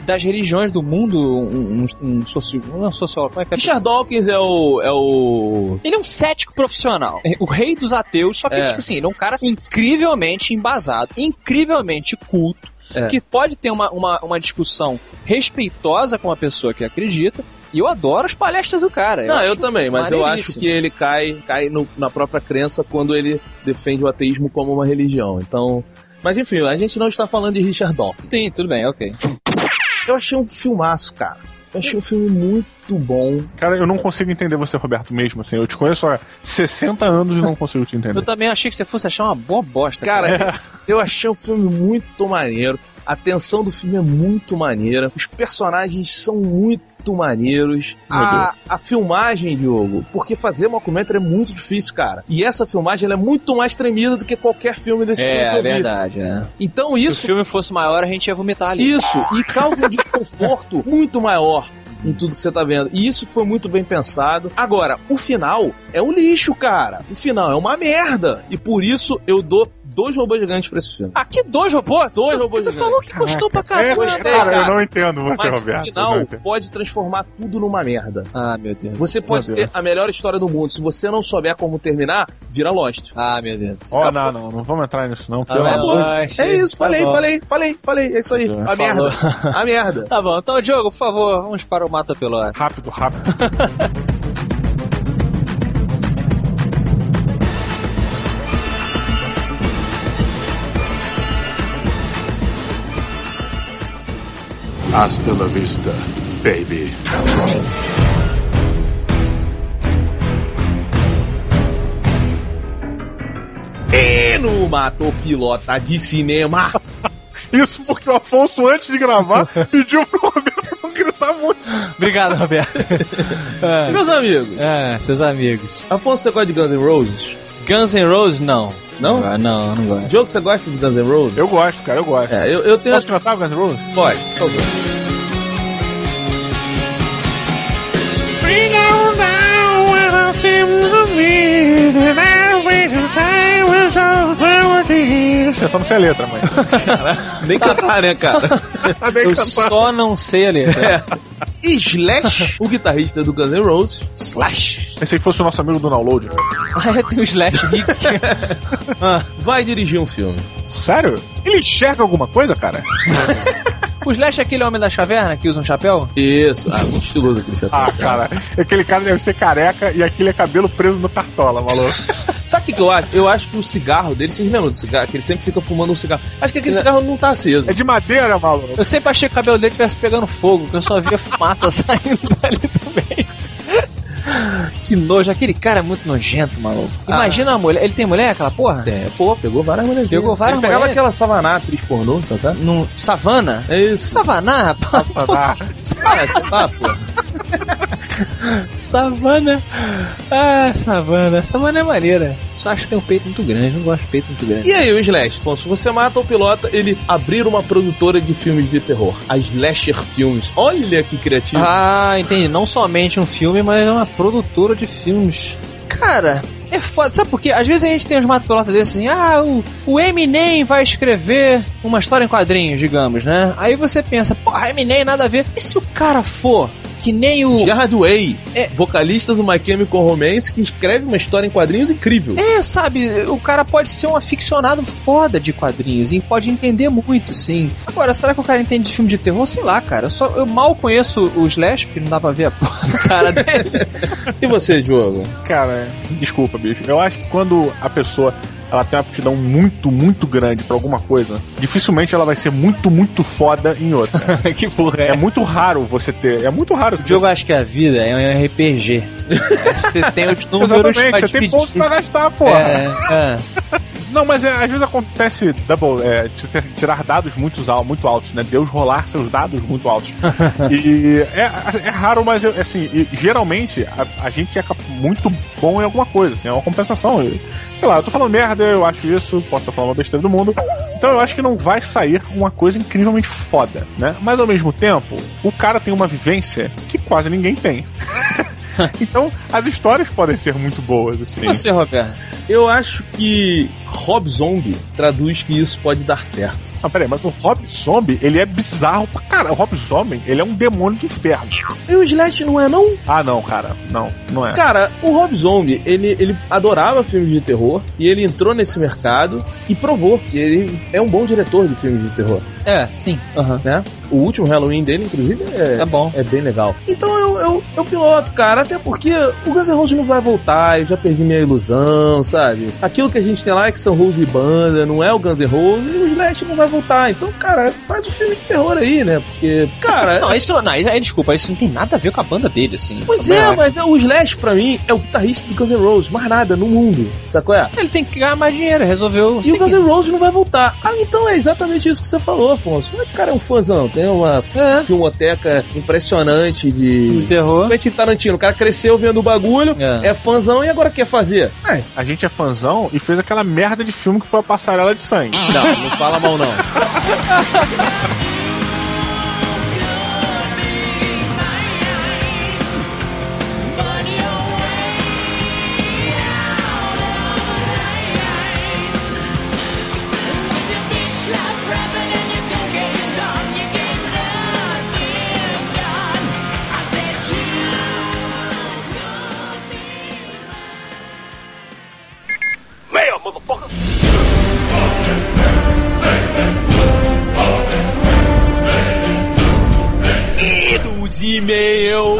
Speaker 2: das religiões do mundo, um, um, um soci- não é um sociólogo, como é que é?
Speaker 3: Richard Dawkins é o. é o.
Speaker 2: Ele é um cético profissional, é o rei dos ateus, só que,
Speaker 3: É.
Speaker 2: tipo assim, ele é um cara incrivelmente embasado, incrivelmente culto,
Speaker 3: É.
Speaker 2: que pode ter uma, uma, uma discussão respeitosa com a pessoa que acredita, e eu adoro as palestras do cara.
Speaker 3: Não, eu
Speaker 2: acho
Speaker 3: também, mas eu acho
Speaker 2: maneiríssimo.
Speaker 3: que ele cai, cai no- na própria crença quando ele defende o ateísmo como uma religião. Então. Mas enfim, a gente não está falando de Richard Dawkins.
Speaker 2: Sim, tudo bem, ok.
Speaker 3: Eu achei um filmaço, cara. Eu achei um filme muito bom.
Speaker 4: Cara, eu não consigo entender você, Roberto, mesmo assim. Eu te conheço há 60 anos e não consigo te
Speaker 2: Eu
Speaker 4: entender.
Speaker 2: também achei que você fosse achar uma boa bosta.
Speaker 3: Cara, eu achei um filme muito maneiro. A tensão do filme é muito maneira. Os personagens são muito maneiros. A, a filmagem, Diogo, porque fazer mockumentary é muito difícil, cara. E essa filmagem ela é muito mais tremida do que qualquer filme desse filme que
Speaker 2: É,
Speaker 3: eu
Speaker 2: é
Speaker 3: vi.
Speaker 2: verdade, né?
Speaker 3: Então
Speaker 2: Se o
Speaker 3: isso,
Speaker 2: filme fosse maior, a gente ia vomitar ali.
Speaker 3: isso, e causa um desconforto muito maior em tudo que você tá vendo. E isso foi muito bem pensado. Agora, o final é um lixo, cara. O final é uma merda. E por isso eu dou dois robôs gigantes pra esse filme.
Speaker 2: Aqui dois robôs?
Speaker 3: Dois robôs
Speaker 2: Você
Speaker 3: gigantes.
Speaker 2: falou que custou pra
Speaker 4: É,
Speaker 2: caramba.
Speaker 3: gostei,
Speaker 4: cara,
Speaker 3: cara.
Speaker 4: eu não entendo você, é
Speaker 3: Mas
Speaker 4: Roberto.
Speaker 3: no
Speaker 4: né? eu não
Speaker 3: final
Speaker 4: entendo.
Speaker 3: pode transformar tudo numa merda.
Speaker 2: Ah, meu Deus.
Speaker 3: Você pode
Speaker 4: Meu
Speaker 3: ter a melhor história do mundo. Se você não souber como terminar, vira Lost.
Speaker 2: Ah, meu Deus.
Speaker 4: Ó, não, não, não vamos entrar nisso, não. um
Speaker 2: Ah,
Speaker 4: Pelo
Speaker 2: mas
Speaker 4: amor de
Speaker 2: eu achei-
Speaker 3: É isso,
Speaker 2: tá
Speaker 3: falei,
Speaker 2: bom.
Speaker 3: falei, falei, falei. É isso aí. A
Speaker 2: Falou.
Speaker 3: merda. A merda.
Speaker 2: Tá bom, então, Diogo, por favor, vamos para o Mata Pelota.
Speaker 4: Rápido, rápido.
Speaker 11: Hasta la vista, baby.
Speaker 3: E no Matou Pilota de Cinema.
Speaker 4: Isso porque o Afonso, antes de gravar, pediu pro Roberto não gritar muito.
Speaker 12: Obrigado, Roberto. é,
Speaker 3: Meus amigos,
Speaker 12: é, seus amigos.
Speaker 3: Afonso, você gosta de Guns N' Roses?
Speaker 2: Guns N' Roses, não.
Speaker 3: Não?
Speaker 12: Ah, Não, eu não gosto.
Speaker 3: Diogo, você gosta de Guns N' Roses?
Speaker 4: Eu gosto, cara, eu gosto.
Speaker 3: É, eu, eu tenho.
Speaker 4: Posso cantar Guns N' Roses?
Speaker 3: Pode, por favor.
Speaker 4: Você é só não sei a letra, mãe.
Speaker 3: Nem cantar, né, cara?
Speaker 4: Tá bem
Speaker 2: Eu
Speaker 4: cantado.
Speaker 2: só não sei a letra.
Speaker 3: E Slash, o guitarrista do Guns N' Roses,
Speaker 2: Slash.
Speaker 4: Pensei que fosse o nosso amigo do download.
Speaker 2: Ah, tem o Slash Rick.
Speaker 3: ah, vai dirigir um filme.
Speaker 4: Sério? Ele enxerga alguma coisa, cara?
Speaker 2: O Slash é aquele homem da caverna que usa um chapéu?
Speaker 3: Isso. Ah, muito estiloso aquele chapéu.
Speaker 4: Ah, cara, aquele cara deve ser careca e aquele é cabelo preso no cartola, maluco.
Speaker 3: Sabe o que, que eu acho? Eu acho que o cigarro dele, vocês lembram do cigarro? Que ele sempre fica fumando um cigarro. Acho que aquele cigarro não tá aceso.
Speaker 4: É de madeira, maluco.
Speaker 2: Eu sempre achei que o cabelo dele estivesse pegando fogo, que eu só via fumaça saindo dali também. Que nojo, aquele cara é muito nojento, maluco. Imagina a mulher. Ele Ah. tem mulher, aquela porra?
Speaker 3: É, pô, pegou várias mulheres.
Speaker 2: Pegou várias
Speaker 3: Ele pegava
Speaker 2: mulheres.
Speaker 3: aquela savaná, atriz pornô, só tá?
Speaker 2: Num savana?
Speaker 3: É isso.
Speaker 2: Savana, rapaz.
Speaker 4: Ah,
Speaker 3: Ah, tá, pô.
Speaker 2: Savana. Ah, savana. Savana é maneira. Só acho que tem um peito muito grande. Não gosto de peito muito grande.
Speaker 3: E aí, o Slash, Afonso, você mata ou pilota ele abrir uma produtora de filmes de terror. A Slasher Filmes. Olha que criativo.
Speaker 2: Ah, entendi. Não somente um filme, mas uma produtora de filmes. Cara, é foda. Sabe por quê? Às vezes a gente tem uns mato pelota desses assim, ah, o, o Eminem vai escrever uma história em quadrinhos, digamos, né? Aí você pensa, porra, Eminem nada a ver. E se o cara for que nem o.
Speaker 3: Gerard Way,
Speaker 2: É.
Speaker 3: vocalista do My Chemical Romance, que escreve uma história em quadrinhos incrível.
Speaker 2: É, sabe, o cara pode ser um aficionado foda de quadrinhos e pode entender muito, sim. Agora, será que o cara entende de filme de terror? Sei lá, cara. Eu, só, eu mal conheço o Slash, porque não dá pra ver a porra da cara dele.
Speaker 3: E você, Diogo?
Speaker 4: Cara, desculpa, bicho. Eu acho que quando a pessoa ela tem uma aptidão muito, muito grande pra alguma coisa, dificilmente ela vai ser muito, muito foda em outra.
Speaker 3: que porra
Speaker 4: É muito raro você ter. É muito raro você
Speaker 2: O Diogo acha que a vida é um RPG. É, Você tem os
Speaker 4: ter.
Speaker 2: números pra
Speaker 4: Exatamente, você tem
Speaker 2: dividir.
Speaker 4: pontos pra gastar, porra.
Speaker 2: É, é.
Speaker 4: Não, mas é, às vezes acontece double, é, de ter- tirar dados muito, al- muito altos, né? Deus rolar seus dados muito altos. e é, é raro, mas eu, assim, e geralmente a, a gente é cap- muito bom em alguma coisa, assim, é uma compensação. Eu- sei lá, eu tô falando merda, eu acho isso, posso estar falando uma besteira do mundo. Então eu acho que não vai sair uma coisa incrivelmente foda, né? Mas ao mesmo tempo, o cara tem uma vivência que quase ninguém tem. então, as histórias podem ser muito boas, assim.
Speaker 2: E você, Roberto?
Speaker 3: Eu acho que Rob Zombie traduz que isso pode dar certo.
Speaker 4: Ah, peraí, mas o Rob Zombie, ele é bizarro pra caralho. O Rob Zombie, ele é um demônio do inferno.
Speaker 3: E o Slash não é, não?
Speaker 4: Ah, não, cara. Não, não é.
Speaker 3: Cara, o Rob Zombie, ele, ele adorava filmes de terror e ele entrou nesse mercado e provou que ele é um bom diretor de filmes de terror,
Speaker 2: É, sim. Aham.
Speaker 3: né? O último Halloween dele, inclusive, é,
Speaker 2: Tá bom.
Speaker 3: é bem legal. Então eu, eu, eu piloto, cara, até porque o Guns N' Roses não vai voltar, eu já perdi minha ilusão, sabe? Aquilo que a gente tem lá é que são Rose e banda, não é o Guns N' Roses e o Slash não vai voltar. Então, cara, faz o filme de terror aí, né? Porque, cara,
Speaker 2: Não, isso não, isso- aí, desculpa, isso não tem nada a ver com a banda dele, assim.
Speaker 3: Pois
Speaker 2: Também
Speaker 3: é,
Speaker 2: acho.
Speaker 3: mas é- o Slash pra mim é o guitarrista do Guns N' Roses, mais nada no mundo, sabe qual é?
Speaker 2: Ele tem que ganhar mais dinheiro, resolveu.
Speaker 3: E o
Speaker 2: tem que-
Speaker 3: Guns N' Roses não vai voltar. Ah, então é exatamente isso que você falou, Afonso. O cara é um fãzão, tem uma
Speaker 2: É,
Speaker 3: filmoteca impressionante
Speaker 2: do
Speaker 3: de.
Speaker 2: terror.
Speaker 3: Principalmente Tarantino. O cara cresceu vendo o bagulho,
Speaker 2: É.
Speaker 3: é, fãzão e agora quer fazer? É,
Speaker 4: A gente é fãzão e fez aquela merda de filme que foi a passarela de sangue.
Speaker 3: não, não fala mal não.
Speaker 2: Ah, sim também que entra, né?
Speaker 13: Ah, mulher.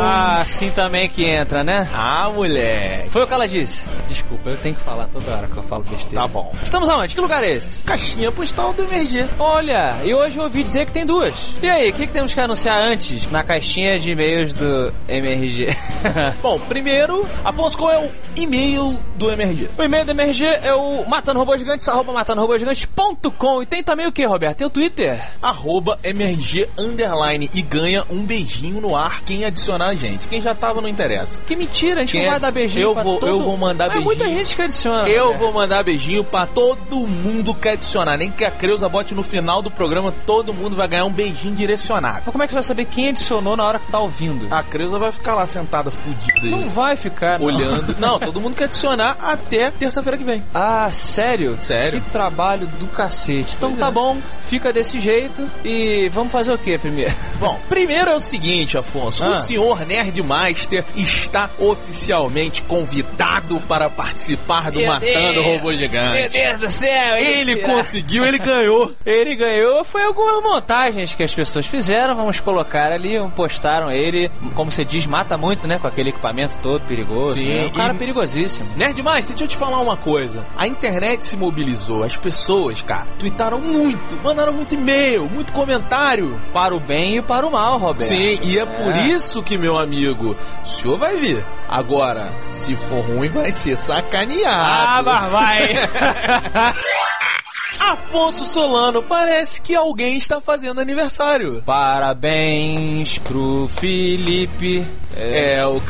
Speaker 3: ah,
Speaker 2: Assim Foi o né? que ela disse. Desculpa.
Speaker 14: desculpa, eu tenho que falar toda hora que eu falo besteira.
Speaker 3: Tá bom.
Speaker 2: Estamos aonde? Que lugar é esse?
Speaker 3: Caixinha postal do MRG.
Speaker 2: Olha, e hoje eu ouvi dizer que tem duas. E aí, o que, que temos que anunciar antes na caixinha de e-mails do MRG?
Speaker 3: Bom, primeiro, Afonso, qual é o e-mail do MRG?
Speaker 2: o e-mail do MRG é o matandorobogigantes, arroba matandorobogigantes.com. E tem também o que, Roberto? Tem o Twitter?
Speaker 3: Arroba MRG underline e ganha um beijinho no ar quem adicionar a gente. Quem já tava não interessa.
Speaker 2: Que mentira, a gente
Speaker 3: Quem
Speaker 2: não
Speaker 3: é
Speaker 2: vai
Speaker 3: que-
Speaker 2: dar beijinho
Speaker 3: eu
Speaker 2: pra
Speaker 3: vou-
Speaker 2: todo...
Speaker 3: eu vou mandar
Speaker 2: Mas
Speaker 3: beijinho.
Speaker 2: muita gente que adiciona.
Speaker 3: Eu
Speaker 2: Roberto.
Speaker 3: vou mandar beijinho pra todo mundo que adicionar. Nem que a Creuza bote no final do programa, todo mundo vai ganhar um beijinho direcionado.
Speaker 2: Mas como é que você vai saber quem adicionou na hora que tá ouvindo?
Speaker 3: A Creuza vai ficar lá sentada fudida
Speaker 2: Não
Speaker 3: aí,
Speaker 2: vai ficar, não.
Speaker 3: olhando. Não, todo mundo que adicionar até terça-feira que vem.
Speaker 2: Ah, sério?
Speaker 3: Sério.
Speaker 2: Que trabalho do cacete. Então
Speaker 3: Pois
Speaker 2: tá
Speaker 3: é.
Speaker 2: bom, fica desse jeito e vamos fazer o que primeiro?
Speaker 3: Bom, primeiro é o seguinte, Afonso.
Speaker 2: Ah.
Speaker 3: O senhor Nerdmaster está oficialmente convidado para participar do
Speaker 2: Meu
Speaker 3: Matando
Speaker 2: Deus,
Speaker 3: Robô
Speaker 2: Meu
Speaker 3: Gigante.
Speaker 2: Deus do céu!
Speaker 3: Ele
Speaker 2: conseguiu.
Speaker 3: conseguiu, ele ganhou.
Speaker 2: Ele ganhou, foi algumas montagens que as pessoas fizeram, vamos colocar ali, um, postaram ele, como você diz, mata muito, né? Com aquele equipamento todo perigoso.
Speaker 3: Sim,
Speaker 2: né? Um cara
Speaker 3: e-
Speaker 2: perigosíssimo.
Speaker 3: Nerdmaster, deixa eu te falar uma coisa. A internet se mobilizou, as pessoas, cara, tweetaram muito, mandaram muito e-mail, muito comentário.
Speaker 2: Para o bem e para o mal, Roberto.
Speaker 3: Sim, e é por
Speaker 2: É.
Speaker 3: isso que, meu amigo, o senhor vai vir. Agora, se for ruim, vai ser
Speaker 2: Ah,
Speaker 3: sacaneado.
Speaker 2: mas vai!
Speaker 3: Afonso Solano, parece que alguém está fazendo aniversário.
Speaker 2: Parabéns pro Felipe. É,
Speaker 3: É o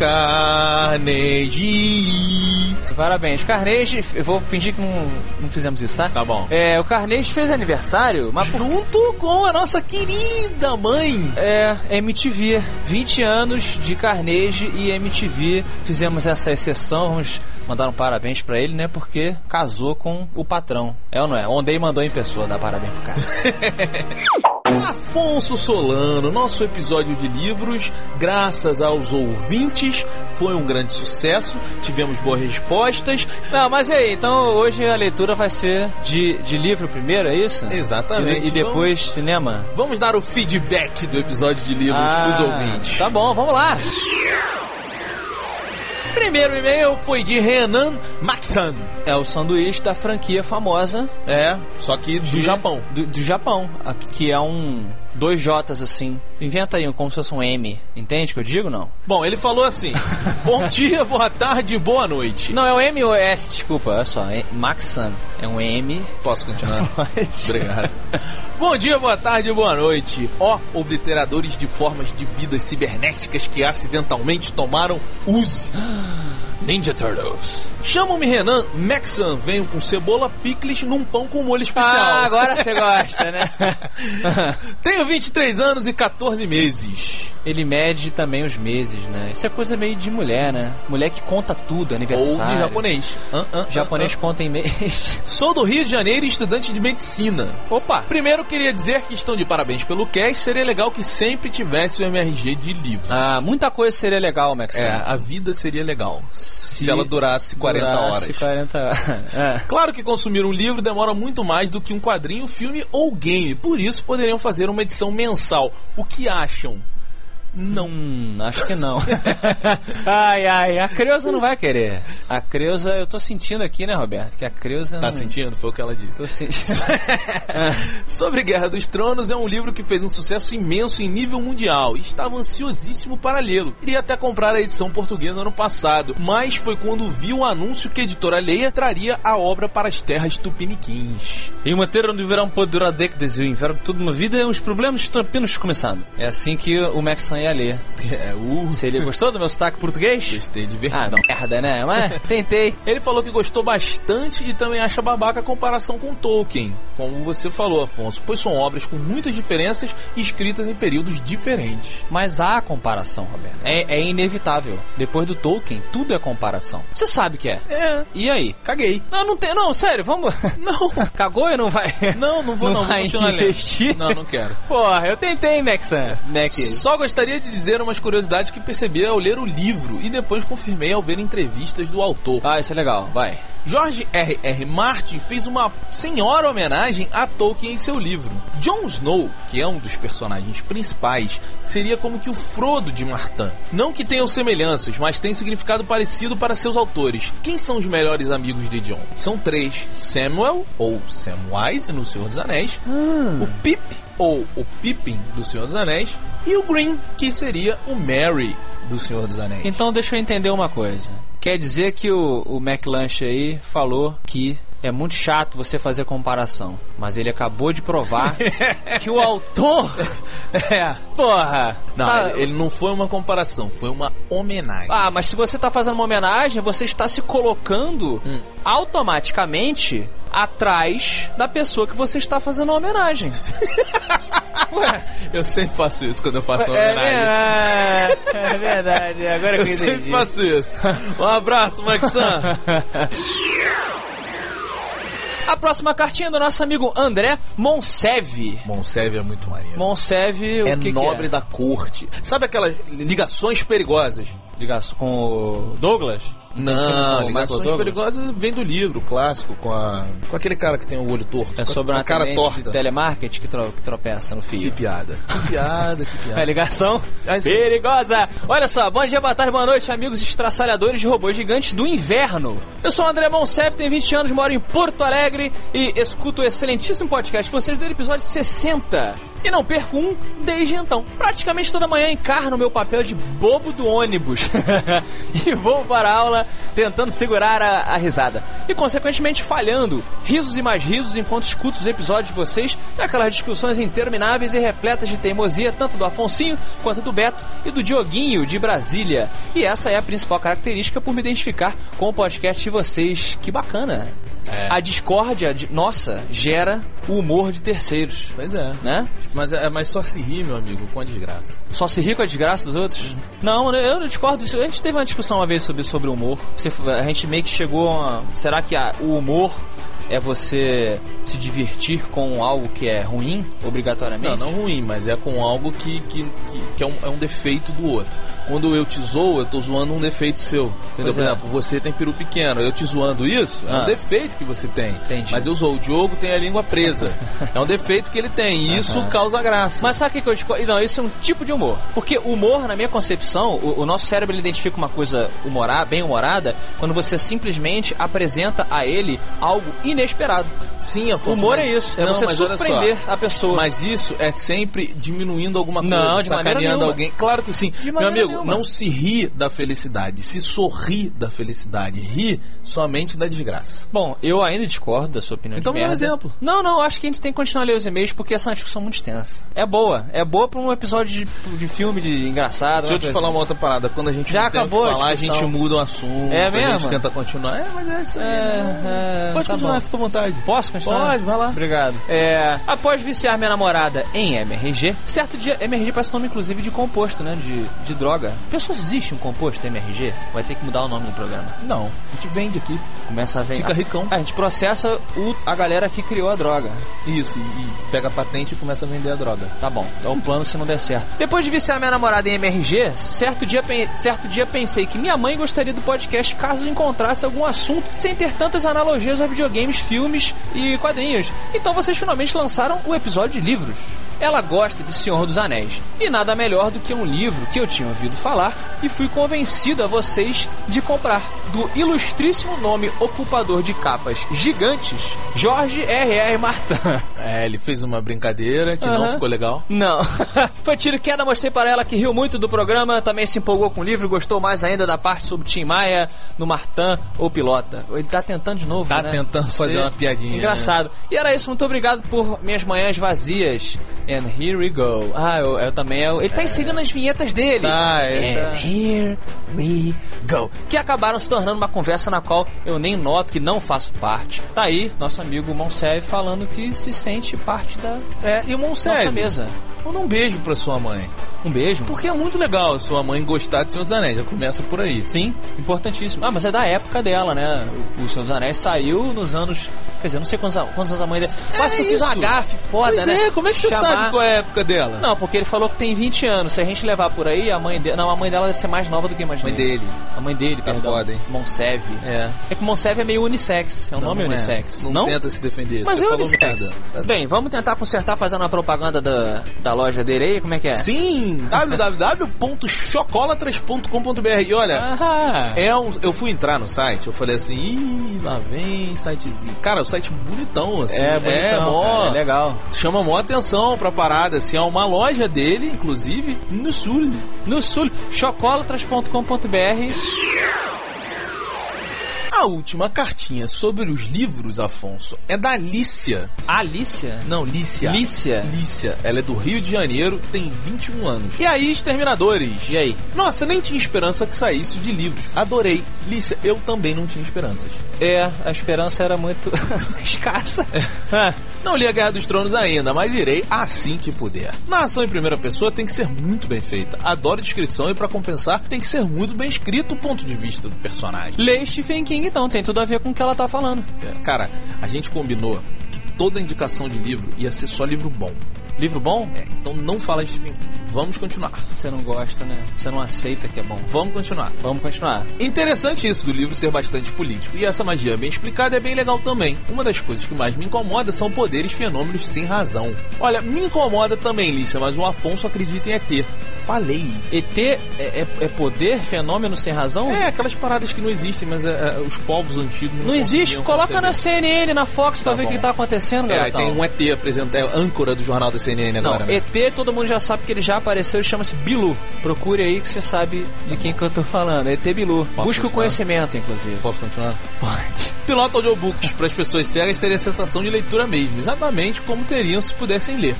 Speaker 3: Carnegie.
Speaker 2: Parabéns. Carnegie, eu vou fingir que não, não fizemos isso, tá?
Speaker 3: Tá bom.
Speaker 2: É, o Carnegie fez aniversário, mas por...
Speaker 3: Junto com a nossa querida mãe.
Speaker 2: É, MTV. 20 anos de Carnegie e MTV. Fizemos essa exceção, vamos mandar um parabéns pra ele, né? Porque casou com o patrão. É ou não é? Ondei mandou em pessoa dar parabéns pro cara.
Speaker 3: Afonso Solano, nosso episódio de livros, graças aos ouvintes, foi um grande sucesso. Tivemos boas respostas.
Speaker 2: não, mas e aí? Então hoje a leitura vai ser de, de livro primeiro, é isso?
Speaker 3: Exatamente.
Speaker 2: E, e depois cinema?
Speaker 3: Vamos, vamos dar o feedback do episódio de livros pros ouvintes.
Speaker 2: Tá bom, vamos lá.
Speaker 3: Primeiro e-mail foi de Renan Maxan.
Speaker 2: É o sanduíche da franquia famosa
Speaker 3: É, só que do
Speaker 2: De-
Speaker 3: Japão.
Speaker 2: Do, do Japão, aqui, que é um. Dois J's assim. Inventa aí um como se fosse um M. Entende o que eu digo não?
Speaker 3: Bom, ele falou assim: Bom dia, boa tarde, boa noite.
Speaker 2: Não, é o M ou é S, desculpa, olha só. É Maxan é um M.
Speaker 3: Posso continuar?
Speaker 2: Pode.
Speaker 3: Obrigado. Bom dia, boa tarde, boa noite. Ó, obliteradores de formas de vidas cibernéticas que acidentalmente tomaram use.
Speaker 2: Ninja Turtles.
Speaker 3: Chamo-me Renan, Maxan, venho com cebola, picles num pão com molho especial.
Speaker 2: Ah, agora você gosta, né?
Speaker 3: Tenho 23 anos e 14 meses.
Speaker 2: Ele mede também os meses, né? Isso é coisa meio de mulher, né? Mulher que conta tudo,
Speaker 3: Ou
Speaker 2: aniversário.
Speaker 3: de japonês. Hã, hã, hã,
Speaker 2: Japonês conta em mês.
Speaker 3: hã. Sou do Rio de Janeiro e estudante de medicina.
Speaker 2: Opa!
Speaker 3: Primeiro, queria dizer que estão de parabéns pelo cast. Seria legal que sempre tivesse um o MRG de livro.
Speaker 2: Ah, muita coisa seria legal, Maxan.
Speaker 3: É, a vida seria legal se,
Speaker 2: Se
Speaker 3: ela durasse 40
Speaker 2: Durasse
Speaker 3: horas.
Speaker 2: 40 horas. É.
Speaker 3: Claro que consumir um livro demora muito mais do que um quadrinho, filme ou game. Por isso poderiam fazer uma edição mensal. O que acham? Não.
Speaker 2: Hum, acho que não. ai, ai, a Creuza não vai querer. A Creuza, eu tô sentindo aqui, né, Roberto? Que a Creuza.
Speaker 3: Tá
Speaker 2: não...
Speaker 3: sentindo? Foi o que ela disse.
Speaker 2: Tô sentindo.
Speaker 3: Sobre Guerra dos Tronos é um livro que fez um sucesso imenso em nível mundial e estava ansiosíssimo para lê-lo. Iria até comprar a edição portuguesa ano passado, mas foi quando vi o anúncio que a editora Leia traria a obra para as terras tupiniquins.
Speaker 2: Em uma terra onde o verão pode durar décadas e o inverno toda uma vida, os problemas estão apenas começando. É assim que o Maxan ia ler.
Speaker 3: É, o...
Speaker 2: Se ele gostou do meu sotaque português?
Speaker 3: Gostei de
Speaker 2: Ah,
Speaker 3: verdade.
Speaker 2: merda, né? Mas tentei.
Speaker 3: Ele falou que gostou bastante e também acha babaca a comparação com Tolkien, como você falou, Afonso, pois são obras com muitas diferenças e escritas em períodos diferentes.
Speaker 2: Mas há comparação, Roberto. É, é inevitável. Depois do Tolkien, tudo é comparação. Você sabe que é.
Speaker 3: É,
Speaker 2: E aí?
Speaker 3: caguei.
Speaker 2: Não, não tem. Não, sério, vamos.
Speaker 3: Não,
Speaker 2: Cagou e não vai.
Speaker 3: não, não vou não,
Speaker 2: vai
Speaker 3: vou continuar lendo.
Speaker 2: investir?
Speaker 3: Não, não quero.
Speaker 2: Porra, eu tentei, Maxan. Mac.
Speaker 3: Só gostaria Gostaria de dizer umas curiosidades que percebi ao ler o livro e depois confirmei ao ver entrevistas do autor.
Speaker 2: Ah, isso é legal, vai.
Speaker 3: George R. R. Martin fez uma senhora homenagem a Tolkien em seu livro. Jon Snow, que é um dos personagens principais, seria como que o Frodo de Martin. Não que tenham semelhanças, mas tem significado parecido para seus autores. Quem são os melhores amigos de Jon? São três: Samuel, ou Samwise no Senhor dos Anéis, o Pip, ou o Pippin do Senhor dos Anéis, e o Green, que seria o Merry do Senhor dos Anéis.
Speaker 2: Então deixa eu entender uma coisa. Quer dizer que o, o McLunch aí falou que é muito chato você fazer comparação. Mas ele acabou de provar que o autor.
Speaker 3: É.
Speaker 2: Porra!
Speaker 3: Não,
Speaker 2: tá-
Speaker 3: ele, ele não foi uma comparação, foi uma homenagem.
Speaker 2: Ah, mas se você tá fazendo uma homenagem, você está se colocando
Speaker 3: Hum.
Speaker 2: automaticamente atrás da pessoa que você está fazendo a homenagem. Ué,
Speaker 3: Eu sempre faço isso quando eu faço uma
Speaker 2: é,
Speaker 3: homenagem.
Speaker 2: verdade, é verdade, agora
Speaker 3: Eu
Speaker 2: que eu
Speaker 3: sempre
Speaker 2: entendi.
Speaker 3: faço isso. Um abraço, Maxan.
Speaker 2: A próxima cartinha é do nosso amigo André Monsev.
Speaker 3: Monserve é muito maneiro.
Speaker 2: Monsev, o
Speaker 3: é
Speaker 2: que que
Speaker 3: nobre
Speaker 2: é?
Speaker 3: da corte. Sabe aquelas ligações perigosas?
Speaker 2: Ligação com o Douglas?
Speaker 3: Não,
Speaker 2: o Michael
Speaker 3: ligações
Speaker 2: Douglas?
Speaker 3: perigosas vem do livro clássico com a com aquele cara que tem o olho torto,
Speaker 2: É
Speaker 3: com a-
Speaker 2: sobre
Speaker 3: com
Speaker 2: uma
Speaker 3: a cara
Speaker 2: atendente de
Speaker 3: torta.
Speaker 2: telemarketing que, tro- que tropeça no
Speaker 3: Que
Speaker 2: fio.
Speaker 3: piada. Que piada, que
Speaker 2: É
Speaker 3: piada.
Speaker 2: ligação
Speaker 3: Aí você-
Speaker 2: perigosa. Olha só, bom dia, boa tarde, boa noite, amigos estraçalhadores de robôs gigantes do inverno. Eu sou o André Monsef, tenho 20 anos, moro em Porto Alegre e escuto o excelentíssimo podcast de vocês do episódio 60. E não perco um desde então. Praticamente toda manhã encarno meu papel de bobo do ônibus. e vou para a aula tentando segurar a, a risada. E consequentemente falhando. Risos e mais risos enquanto escuto os episódios de vocês e aquelas discussões intermináveis e repletas de teimosia, tanto do Afonsinho quanto do Beto e do Dioguinho de Brasília. E essa é a principal característica por me identificar com o podcast de vocês. Que bacana! A discórdia, de- nossa, gera o humor de terceiros.
Speaker 3: Pois é.
Speaker 2: Né?
Speaker 3: Mas, é, mas só se ri, meu amigo, com a desgraça.
Speaker 2: Só se rico é a desgraça dos outros? Não, eu não discordo disso. A gente teve uma discussão uma vez sobre, sobre humor. Você- a gente meio que chegou a. Será que a- o humor é você se divertir com algo que é ruim, obrigatoriamente?
Speaker 3: Não, não ruim, mas é com algo que, que, que, que é, um, é um defeito do outro. Quando eu te zoo, eu tô zoando um defeito seu. Entendeu?
Speaker 2: Pois
Speaker 3: Por
Speaker 2: é.
Speaker 3: exemplo, você tem peru pequeno, eu te zoando isso, é
Speaker 2: Ah.
Speaker 3: um defeito que você tem.
Speaker 2: Entendi.
Speaker 3: Mas eu zoo, o Diogo tem a língua presa. é um defeito que ele tem, e isso causa graça.
Speaker 2: Mas sabe o que que eu discordo? Não, isso é um tipo de humor. Porque humor, na minha concepção, o, o nosso cérebro ele identifica uma coisa humorada, bem humorada, quando você simplesmente apresenta a ele algo inesperado.
Speaker 3: Sim, Afonso,
Speaker 2: humor
Speaker 3: mas-
Speaker 2: é isso, é
Speaker 3: Não,
Speaker 2: você
Speaker 3: mas olha só.
Speaker 2: surpreender a pessoa.
Speaker 3: Mas isso é sempre diminuindo alguma coisa,
Speaker 2: Não, de maneira
Speaker 3: sacaneando
Speaker 2: nenhuma.
Speaker 3: alguém. Claro que sim. Meu
Speaker 2: maneira
Speaker 3: amigo,
Speaker 2: nenhuma.
Speaker 3: não se ri da felicidade, se sorri da felicidade. Ri somente da desgraça.
Speaker 2: Bom, eu ainda discordo da sua opinião
Speaker 3: Então
Speaker 2: de
Speaker 3: me dá um
Speaker 2: merda.
Speaker 3: exemplo.
Speaker 2: Não, não, acho que a gente tem que continuar a ler os e-mails porque essa é uma discussão muito extensa. É boa, é boa pra um episódio de, de filme de engraçado.
Speaker 3: Deixa eu
Speaker 2: uma
Speaker 3: te
Speaker 2: coisa
Speaker 3: falar
Speaker 2: assim.
Speaker 3: uma outra parada. Quando a gente
Speaker 2: Já
Speaker 3: não tem o
Speaker 2: acabou
Speaker 3: que
Speaker 2: a
Speaker 3: falar, a
Speaker 2: discussão.
Speaker 3: gente muda o assunto,
Speaker 2: É
Speaker 3: a
Speaker 2: mesmo?
Speaker 3: gente tenta continuar. É, mas é isso aí. né?
Speaker 2: É, é,
Speaker 3: Pode
Speaker 2: tá
Speaker 3: continuar,
Speaker 2: bom.
Speaker 3: fica à vontade.
Speaker 2: Posso continuar?
Speaker 3: Pode, vai lá.
Speaker 2: Obrigado. É, após viciar minha namorada em MRG, certo dia, MRG parece nome inclusive de composto, né? De, de droga. Pessoal, existe um composto MRG? Vai ter que mudar o nome do programa.
Speaker 3: Não, a gente vende aqui.
Speaker 2: Começa a vender.
Speaker 3: Fica ricão.
Speaker 2: A gente processa o, a galera que criou a droga.
Speaker 3: Isso, e, e pega a patente e começa a vender a droga.
Speaker 2: Tá bom, é o plano se não der certo. Depois de viciar minha namorada em MRG, certo dia, pen- certo dia pensei que minha mãe gostaria do podcast caso encontrasse algum assunto sem ter tantas analogias a videogames, filmes e quadrinhos. Então vocês finalmente lançaram o episódio de livros. Ela gosta de Senhor dos Anéis. E nada melhor do que um livro que eu tinha ouvido falar e fui convencido a vocês de comprar. Do ilustríssimo nome ocupador de capas gigantes, Jorge R.R. Martin.
Speaker 3: É, ele fez uma brincadeira que não
Speaker 2: Aham.
Speaker 3: ficou legal.
Speaker 2: Não. Foi tiro e queda, mostrei para ela que riu muito do programa, também se empolgou com o livro, gostou mais ainda da parte sobre Tim Maia, no Martã ou Pilota. Ele tá tentando de novo,
Speaker 3: Tá
Speaker 2: né?
Speaker 3: tentando fazer
Speaker 2: Ser
Speaker 3: uma piadinha, né?
Speaker 2: Engraçado. E era isso, muito obrigado por minhas manhãs vazias. And here we go. Ah, eu, eu também. eu- ele tá inserindo as vinhetas dele.
Speaker 3: É. Tá,
Speaker 2: And
Speaker 3: é, tá.
Speaker 2: here we go. Que acabaram se tornando uma conversa na qual eu nem noto que não faço parte. Tá aí, nosso amigo Monsev falando que se sente parte da
Speaker 3: É, e o
Speaker 2: nossa
Speaker 3: Monserve.
Speaker 2: mesa.
Speaker 3: Manda um beijo pra sua mãe.
Speaker 2: Um beijo.
Speaker 3: Porque é muito legal sua mãe gostar de Senhor dos Anéis, já começa por aí.
Speaker 2: Sim, importantíssimo. Ah, mas é da época dela, né? O, o Senhor dos Anéis saiu nos anos. Quer dizer, não sei quantos, quantos anos a mãe dela. Quase que eu fiz
Speaker 3: É isso.
Speaker 2: uma gafe, foda,
Speaker 3: Pois
Speaker 2: né?
Speaker 3: é, como é que você
Speaker 2: Chamar-
Speaker 3: sabe qual é a época dela?
Speaker 2: Não, porque ele falou que tem 20 anos. Se a gente levar por aí, a mãe dela. Não, a mãe dela deve ser mais nova do que
Speaker 3: A
Speaker 2: imaginei.
Speaker 3: mãe dele.
Speaker 2: A mãe dele,
Speaker 3: Tá
Speaker 2: perdão.
Speaker 3: foda, hein?
Speaker 2: Monsev.
Speaker 3: É.
Speaker 2: É que Monsev é meio unissex. É um nome
Speaker 3: não é.
Speaker 2: unissex.
Speaker 3: Não, tenta se defender.
Speaker 2: Mas
Speaker 3: você
Speaker 2: é
Speaker 3: falou
Speaker 2: unissex.
Speaker 3: merda. Tá-
Speaker 2: Bem, vamos tentar consertar fazendo a propaganda da, da loja dele aí? Como é que é?
Speaker 3: Sim, www.chocolatras.com.br. E olha,
Speaker 2: Ah,
Speaker 3: é um, eu fui entrar no site, eu falei assim, ih, lá vem sitezinho. Cara, o site bonitão, assim.
Speaker 2: é bonitão,
Speaker 3: mó-
Speaker 2: cara, é legal.
Speaker 3: Chama mó atenção pra parada, assim, é uma loja dele, inclusive, no sul.
Speaker 2: No sul, chocolatras.com.br
Speaker 3: A última cartinha sobre os livros, Afonso, é da Lícia.
Speaker 2: Alicia?
Speaker 3: Não, Lícia.
Speaker 2: Lícia?
Speaker 3: Lícia. Ela é do Rio de Janeiro, tem 21 anos. E aí, Exterminadores?
Speaker 2: E aí?
Speaker 3: Nossa, nem tinha esperança que saísse de livros. Adorei. Lícia, eu também não tinha esperanças.
Speaker 2: É, a esperança era muito escassa. Ah,
Speaker 3: Não li a Guerra dos Tronos ainda, mas irei assim que puder. Narração em primeira pessoa tem que ser muito bem feita. Adoro descrição e pra compensar tem que ser muito bem escrito o ponto de vista do personagem.
Speaker 2: Lê Stephen King então, tem tudo a ver com o que ela tá falando.
Speaker 3: É, Cara, a gente combinou que toda indicação de livro ia ser só livro bom.
Speaker 2: Livro bom?
Speaker 3: É, então não fala de Stephen King. Vamos continuar.
Speaker 2: Você não gosta, né? Você não aceita que é bom.
Speaker 3: Vamos continuar.
Speaker 2: Vamos continuar.
Speaker 3: Interessante isso do livro ser bastante político, e essa magia bem explicada é bem legal também. Uma das coisas que mais me incomoda são poderes fenômenos sem razão. Olha, me incomoda também, Lícia, mas o Afonso acredita em ET. Falei.
Speaker 2: ET é, é- é poder, fenômeno sem razão?
Speaker 3: É, aquelas paradas que não existem, mas é, é, os povos antigos não
Speaker 2: Não existe,
Speaker 3: conseguiam
Speaker 2: coloca na
Speaker 3: conceber.
Speaker 2: CNN, na Fox pra
Speaker 3: Tá
Speaker 2: ver o
Speaker 3: bom.
Speaker 2: que tá acontecendo,
Speaker 3: É, aí
Speaker 2: garotão.
Speaker 3: tem um ET apresenta, é a âncora do jornal da CNN
Speaker 2: Não,
Speaker 3: agora, né?
Speaker 2: ET todo mundo já sabe que ele já apareceu, ele chama-se Bilu. Procure aí que você sabe de quem que eu tô falando. ET Bilu.
Speaker 3: Posso
Speaker 2: Busca o
Speaker 3: continuar?
Speaker 2: conhecimento, inclusive.
Speaker 3: Posso continuar?
Speaker 2: Pode.
Speaker 3: Piloto audiobooks para as pessoas cegas teria a sensação de leitura mesmo, exatamente como teriam se pudessem ler.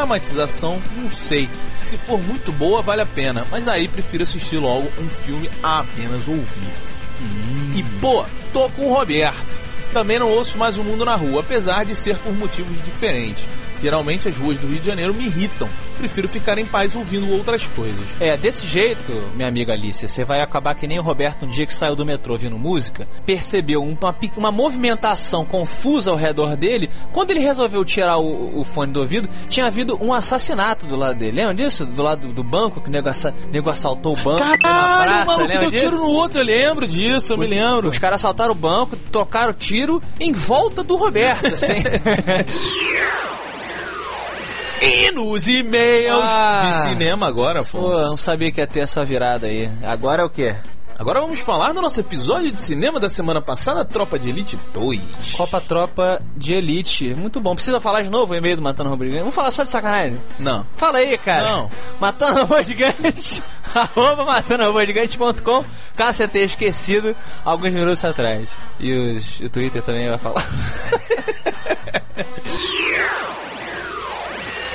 Speaker 3: Dramatização, não sei. Se for muito boa, vale a pena, mas daí prefiro assistir logo um filme a apenas ouvir. E
Speaker 2: Hum.
Speaker 3: pô, tô com o Roberto. Também não ouço mais o mundo na rua, apesar de ser por motivos diferentes. Geralmente as ruas do Rio de Janeiro me irritam. Prefiro ficar em paz ouvindo outras coisas.
Speaker 2: É, desse jeito, minha amiga Alice, você vai acabar que nem o Roberto um dia que saiu do metrô vindo música, percebeu um, uma, pi- uma movimentação confusa ao redor dele. Quando ele resolveu tirar o, o fone do ouvido, tinha havido um assassinato do lado dele. Lembra disso? Do lado do, do banco, que o nego, assa- nego assaltou o banco na praça,
Speaker 3: Caralho, o maluco
Speaker 2: lembra
Speaker 3: deu tiro
Speaker 2: disso?
Speaker 3: no outro, eu lembro disso, eu me lembro.
Speaker 2: Os caras assaltaram o banco, trocaram tiro em volta do Roberto, assim.
Speaker 3: E nos e-mails
Speaker 2: Ah,
Speaker 3: de cinema agora,
Speaker 2: Pô, é um eu não
Speaker 3: Afonso.
Speaker 2: sabia que ia ter essa virada aí. Agora é o quê?
Speaker 3: Agora vamos falar do nosso episódio de cinema da semana passada, Tropa de Elite 2.
Speaker 2: Copa Tropa de Elite. Muito bom. Precisa falar de novo o e-mail do Matando Robô Gigante? Vamos falar só de sacanagem?
Speaker 3: Não.
Speaker 2: Fala aí, cara.
Speaker 3: Não.
Speaker 2: Matando Robô Gigante. Arroba matandorobogigante.com. Caso você tenha esquecido alguns minutos atrás. E os- o Twitter também vai falar.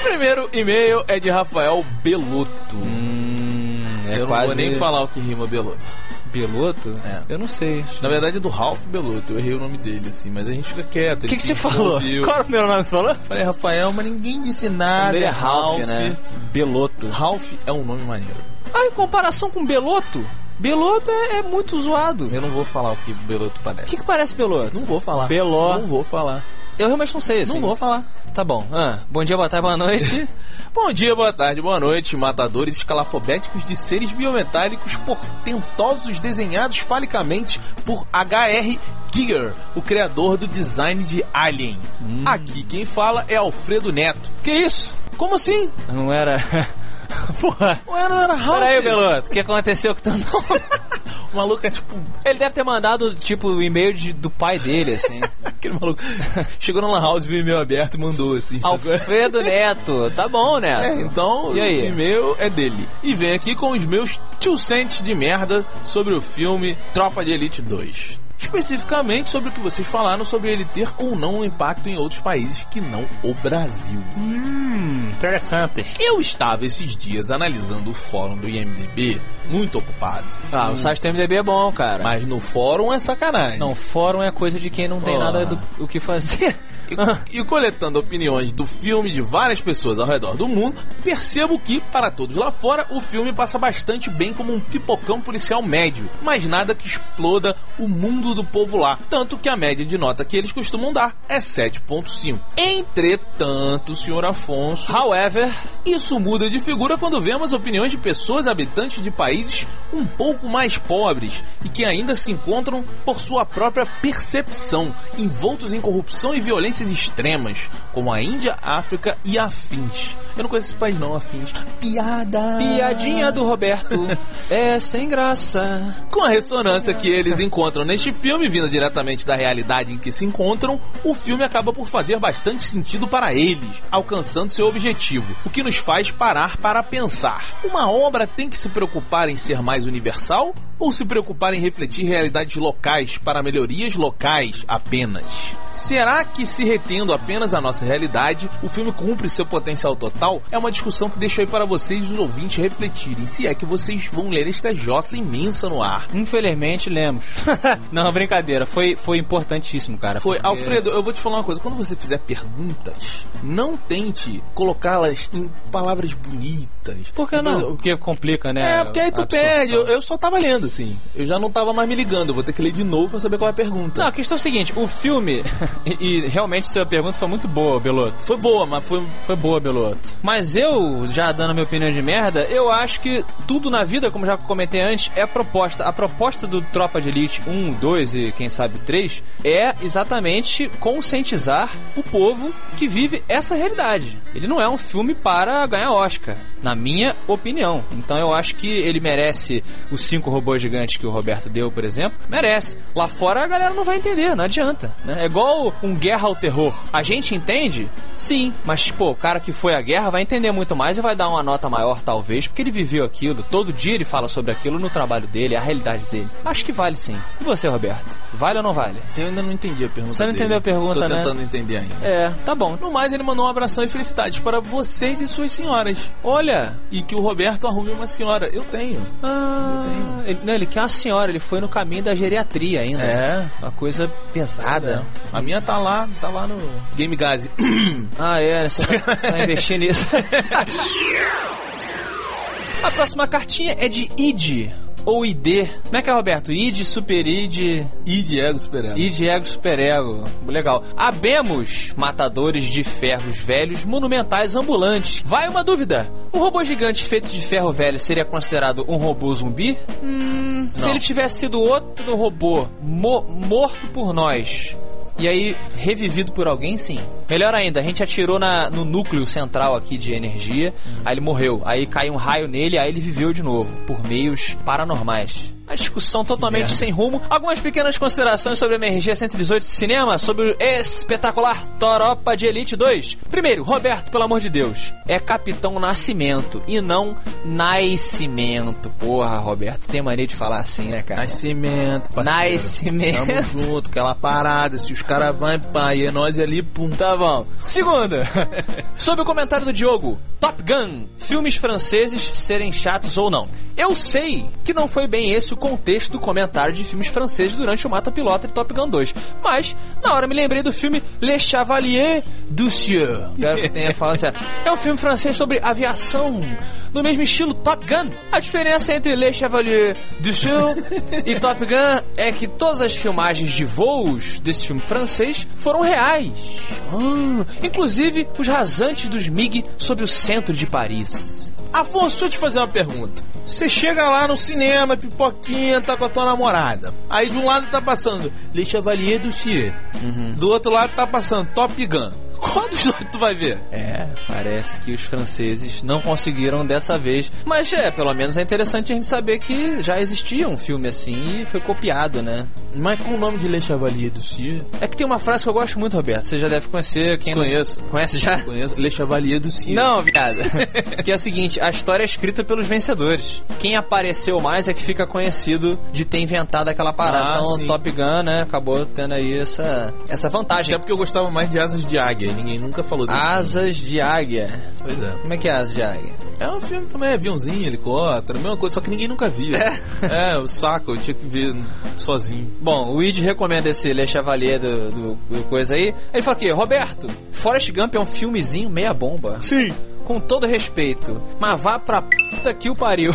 Speaker 3: Primeiro e-mail é de Rafael Beloto.
Speaker 2: Hum, é
Speaker 3: Eu não
Speaker 2: quase...
Speaker 3: vou nem falar o que rima Beloto.
Speaker 2: Beloto?
Speaker 3: É.
Speaker 2: Eu não sei.
Speaker 3: Na verdade é do Ralph Beloto, eu errei o nome dele, assim, mas a gente fica quieto.
Speaker 2: O que, que você falou? Qual era o primeiro nome que você falou?
Speaker 3: Falei, Rafael, mas ninguém disse
Speaker 2: O
Speaker 3: nada.
Speaker 2: nome dele é Ralph, né? Beloto.
Speaker 3: Ralph é um nome maneiro.
Speaker 2: Ah, em comparação com Beloto, Beloto é, é muito zoado. O
Speaker 3: Eu não vou falar o que Beloto parece.
Speaker 2: que, que parece Beloto?
Speaker 3: Não vou falar.
Speaker 2: Beló.
Speaker 3: Não vou falar.
Speaker 2: Eu realmente não sei, assim.
Speaker 3: Não vou falar.
Speaker 2: Tá bom. Ah, bom dia, boa tarde, boa noite.
Speaker 3: Bom dia, boa tarde, boa noite, matadores escalafobéticos de seres biometálicos portentosos desenhados falicamente por H.R. Giger, o criador do design de Alien. Aqui quem fala é Alfredo Neto.
Speaker 2: que isso?
Speaker 3: Como assim?
Speaker 2: Não era... Porra.
Speaker 3: Não era, era Ralph.
Speaker 2: Peraí, Beloto, o que aconteceu com teu nome?
Speaker 3: O maluco é tipo
Speaker 2: Ele deve ter mandado, tipo, o e-mail de- do pai dele, assim.
Speaker 3: aquele maluco. Chegou na Lan House, viu o e-mail aberto e mandou assim. sacou?
Speaker 2: Alfredo Neto. Tá bom, Neto.
Speaker 3: É, então
Speaker 2: E aí?
Speaker 3: o e-mail é dele. E vem aqui com os meus tio cents de merda sobre o filme Tropa de Elite 2. Especificamente sobre o que vocês falaram sobre ele ter ou não um impacto em outros países que não o Brasil.
Speaker 2: Interessante.
Speaker 3: Eu estava esses dias analisando o fórum do IMDB, muito ocupado.
Speaker 2: Ah, o site do MDB é bom, cara.
Speaker 3: Mas no fórum é sacanagem.
Speaker 2: Não, fórum é coisa de quem não tem
Speaker 3: Porra.
Speaker 2: nada do o que fazer.
Speaker 3: E, e coletando opiniões do filme de várias pessoas ao redor do mundo, percebo que, para todos lá fora, o filme passa bastante bem como um pipocão policial médio, mas nada que exploda o mundo do povo lá. Tanto que a média de nota que eles costumam dar é 7,5. Entretanto, senhor Afonso,
Speaker 2: However,
Speaker 3: isso muda de figura quando vemos opiniões de pessoas habitantes de países um pouco mais pobres e que ainda se encontram por sua própria percepção, envoltos em corrupção e violências extremas, como a Índia, África e afins. Eu não conheço esse país não, afins. Piada.
Speaker 2: piadinha do Roberto é sem graça.
Speaker 3: Com a ressonância que eles encontram neste filme, vindo diretamente da realidade em que se encontram, o filme acaba por fazer bastante sentido para eles, alcançando seu objetivo, o que nos faz parar para pensar. Uma obra tem que se preocupar em ser mais universal ou se preocupar em refletir realidades locais para melhorias locais apenas? Será que se retendo apenas a nossa realidade, o filme cumpre seu potencial total? É uma discussão que deixo aí para vocês, os ouvintes, refletirem, se é que vocês vão ler esta jossa imensa no ar.
Speaker 2: Infelizmente, lemos. não, brincadeira. Foi, foi importantíssimo, cara.
Speaker 3: Foi,
Speaker 2: É porque-
Speaker 3: Alfredo, eu vou te falar uma coisa. Quando você fizer perguntas, não tente colocá-las em palavras bonitas.
Speaker 2: Por que não?
Speaker 3: Eu-
Speaker 2: Porque complica, né?
Speaker 3: É, porque aí tu
Speaker 2: a absorção.
Speaker 3: perde. Eu, eu só tava lendo, assim. Eu já não tava mais me ligando. Eu vou ter que ler de novo pra saber qual é a pergunta.
Speaker 2: Não, a questão é a seguinte: o filme. e, e realmente sua pergunta foi muito boa, Beloto.
Speaker 3: Foi boa, mas foi.
Speaker 2: Foi boa, Beloto. Mas eu, já dando minha opinião de merda, eu acho que tudo na vida, como já comentei antes, é proposta. A proposta do Tropa de Elite 1, 2 e quem sabe 3 é exatamente conscientizar o povo que vive essa realidade. Ele não é um filme para ganhar Oscar, na minha opinião. Então eu acho que ele merece os cinco robôs gigantes que o Roberto deu, por exemplo. Merece. Lá fora a galera não vai entender, não adianta. né? É igual um guerra ao terror. A gente entende? Sim, mas pô, o cara que foi à guerra vai entender muito mais e vai dar uma nota maior, talvez, porque ele viveu aquilo. Todo dia ele fala sobre aquilo no trabalho dele, é a realidade dele. Acho que vale sim. E você, Roberto? Vale ou não vale?
Speaker 3: Eu ainda não entendi a pergunta.
Speaker 2: Você não
Speaker 3: dele.
Speaker 2: entendeu a pergunta,
Speaker 3: Tô
Speaker 2: né?
Speaker 3: tentando entender ainda.
Speaker 2: É, tá bom.
Speaker 3: No mais, ele mandou um abração e felicidades para vocês e suas senhoras.
Speaker 2: Olha,
Speaker 3: E que o Roberto arrume uma senhora. Eu tenho.
Speaker 2: ah, ele, não, ele quer uma senhora, ele foi no caminho da geriatria ainda.
Speaker 3: É.
Speaker 2: Uma coisa pesada.
Speaker 3: A minha tá lá, tá lá no Game Gaze.
Speaker 2: Ah, é, você tá, tá investindo nisso. A próxima cartinha é de ID. Ou ID. Como é que é, Roberto? ID, Super ID,
Speaker 3: e Diego Superando.
Speaker 2: ID, Ego, Super Ego. Legal. Abemos matadores de ferros velhos monumentais ambulantes. Vai uma dúvida. Um robô gigante feito de ferro velho seria considerado um robô zumbi? Hum, se ele tivesse sido outro robô mo- morto por nós, e aí, revivido por alguém, sim. Melhor ainda, a gente atirou na, no núcleo central aqui de energia, aí ele morreu, aí caiu um raio nele, aí ele viveu de novo, por meios paranormais. Uma discussão totalmente
Speaker 3: merda.
Speaker 2: sem rumo. Algumas pequenas considerações sobre a MRG 118 de cinema, sobre o espetacular Toropa de Elite 2. Primeiro, Roberto, pelo amor de Deus, é Capitão Nascimento e não Nascimento. Porra, Roberto, tem mania de falar assim, né, cara?
Speaker 3: Nascimento, parceiro.
Speaker 2: Nascimento.
Speaker 3: Tamo junto, aquela parada. Se os caras vão, pai, é nós ali, pum.
Speaker 2: Tá bom. Segunda. Sobre o comentário do Diogo. Top Gun. Filmes franceses serem chatos ou não. Eu sei que não foi bem esse o contexto do comentário de filmes franceses durante o Mata Pilota de Top Gun 2. Mas, na hora me lembrei do filme Le Chevalier du Cieux. Quero que tenha falado certo. É um filme francês sobre aviação, no mesmo estilo Top Gun. A diferença entre Le Chevalier du Cieux e Top Gun é que todas as filmagens de voos desse filme francês foram reais. Ah, inclusive os rasantes dos MiG sobre o centro de Paris.
Speaker 3: Afonso, deixa eu te fazer uma pergunta. Você chega lá no cinema, pipoquinha, tá com a tua namorada. Aí de um lado tá passando Le Chevalier do Cier. Do outro lado tá passando Top Gun. Qual dos dois tu vai ver?
Speaker 2: É, parece que os franceses não conseguiram dessa vez. Mas é, pelo menos é interessante a gente saber que já existia um filme assim e foi copiado, né?
Speaker 3: Mas com o nome de Le Chevalier do Cier?
Speaker 2: É que tem uma frase que eu gosto muito, Roberto. Você já deve conhecer. Quem não-
Speaker 3: Conheço.
Speaker 2: Conhece já?
Speaker 3: Conheço. Le Chevalier do Cier.
Speaker 2: Não, viado. que é o seguinte, a história é escrita pelos vencedores. Quem apareceu mais é que fica conhecido de ter inventado aquela parada.
Speaker 3: Ah,
Speaker 2: então,
Speaker 3: sim.
Speaker 2: Top Gun, né, acabou tendo aí essa, essa vantagem.
Speaker 3: Até porque eu gostava mais de Asas de Águia. águia. Ninguém nunca falou desse
Speaker 2: Asas de águia.
Speaker 3: filme. Pois é.
Speaker 2: Como é que é asas de águia?
Speaker 3: É um filme também, aviãozinho, helicóptero, a mesma coisa, só que ninguém nunca viu.
Speaker 2: É?
Speaker 3: É, o saco, eu tinha que ver sozinho.
Speaker 2: Bom, o Id recomenda esse Le Chevalier do, do- do coisa aí. Ele fala aqui, Roberto, Forrest Gump é um filmezinho meia bomba.
Speaker 3: Sim.
Speaker 2: Com todo respeito, mas vá pra puta que o pariu.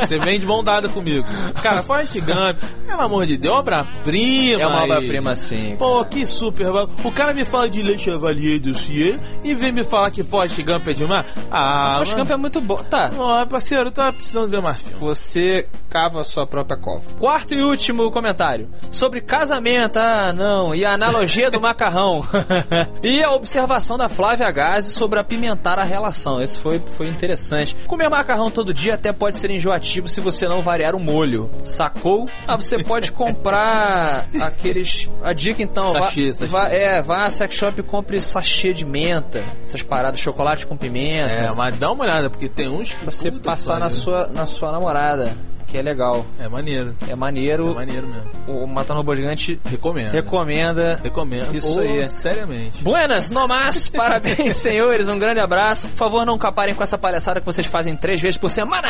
Speaker 3: Você vem de mão dada comigo. Cara, Forrest Gump, pelo amor de Deus, obra-prima.
Speaker 2: é uma
Speaker 3: aí.
Speaker 2: obra-prima sim.
Speaker 3: Pô, que super. O cara me fala de Le Chevalier do Cier e vem me falar que Forrest Gump é demais. Ah,
Speaker 2: Forrest Gump é muito bom. Tá,
Speaker 3: Ó, parceiro, tá precisando ver mais filme.
Speaker 2: Você cava a sua própria cova. Quarto e último comentário. Sobre casamento, ah, não. E a analogia do macarrão. e a observação da Flávia Gazi sobre apimentar a relação. Isso foi, foi interessante. Comer macarrão todo dia até pode ser enjoativo se você não variar o molho. Sacou? Ah, você pode comprar aqueles. A dica então. vá-
Speaker 3: Sachê, sachê.
Speaker 2: vá- é, vá à sex shop e compre sachê de menta. Essas paradas, chocolate com pimenta
Speaker 3: É, mas dá uma olhada, porque tem uns que.
Speaker 2: pra você
Speaker 3: puta que
Speaker 2: passar na
Speaker 3: pariu.
Speaker 2: sua, na sua namorada, que é legal.
Speaker 3: É maneiro.
Speaker 2: É
Speaker 3: É
Speaker 2: maneiro.
Speaker 3: maneiro mesmo.
Speaker 2: O Matando Robô Gigante
Speaker 3: Recomendo.
Speaker 2: recomenda.
Speaker 3: Recomendo.
Speaker 2: Isso
Speaker 3: Pô,
Speaker 2: aí. é.
Speaker 3: Seriamente.
Speaker 2: Buenas, no mas, parabéns, senhores. Um grande abraço. Por favor, não caparem com essa palhaçada que vocês fazem três vezes por semana.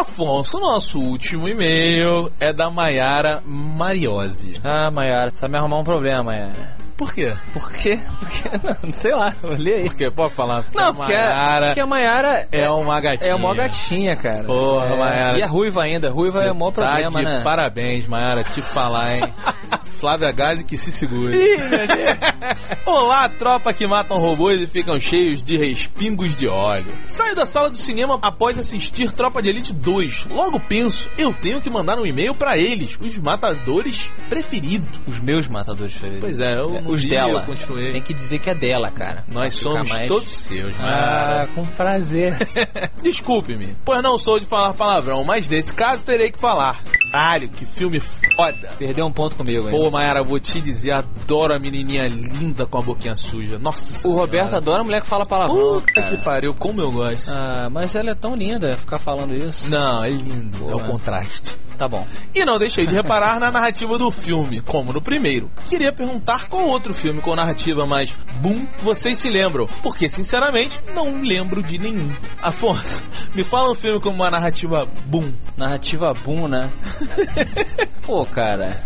Speaker 3: Afonso, nosso último e-mail é da Maiara Mariose.
Speaker 2: Ah, Maiara, você vai me arrumar um problema, Maiara.
Speaker 3: Por quê?
Speaker 2: Por quê? Porque, não, sei lá, olhei aí.
Speaker 3: Porque pode falar.
Speaker 2: Não,
Speaker 3: Tá, porque a
Speaker 2: porque,
Speaker 3: Maiara
Speaker 2: a, porque a Maiara
Speaker 3: é, uma gatinha.
Speaker 2: é uma gatinha, cara.
Speaker 3: Porra,
Speaker 2: é,
Speaker 3: Maiara.
Speaker 2: E a ruiva ainda. Ruiva é o maior
Speaker 3: Tá
Speaker 2: problema,
Speaker 3: de
Speaker 2: né?
Speaker 3: Parabéns, Maiara, te falar, hein? Flávia Gazi que se segure. Olá, tropa que matam robôs e ficam cheios de respingos de óleo. Saio da sala do cinema após assistir Tropa de Elite 2. Logo penso, eu tenho que mandar um e-mail pra eles, os matadores preferidos.
Speaker 2: Os meus matadores favoritos.
Speaker 3: Pois é, eu não
Speaker 2: Os
Speaker 3: li,
Speaker 2: dela.
Speaker 3: eu continuei.
Speaker 2: Tem que dizer que é dela, cara.
Speaker 3: Nós
Speaker 2: Pra ficar
Speaker 3: somos
Speaker 2: mais-
Speaker 3: todos seus, Maiara.
Speaker 2: Ah, com prazer.
Speaker 3: Desculpe-me, pois não sou de falar palavrão, mas nesse caso terei que falar. Caralho, que filme foda.
Speaker 2: Perdeu um ponto comigo, hein?
Speaker 3: Pô, Mayara, vou te dizer, adoro a menininha linda com a boquinha suja. Nossa
Speaker 2: O Roberto adora a mulher que fala palavrão.
Speaker 3: Puta
Speaker 2: cara.
Speaker 3: que pariu, como eu gosto.
Speaker 2: Ah, mas ela é tão linda ficar falando isso.
Speaker 3: Não, é lindo, é o
Speaker 2: né?
Speaker 3: contraste.
Speaker 2: Tá bom.
Speaker 3: E não deixei de reparar na narrativa do filme, como no primeiro. Queria perguntar qual outro filme com narrativa mais boom vocês se lembram, porque sinceramente não lembro de nenhum. Afonso, me fala um filme com uma narrativa boom.
Speaker 2: Narrativa boom, né? Pô, cara.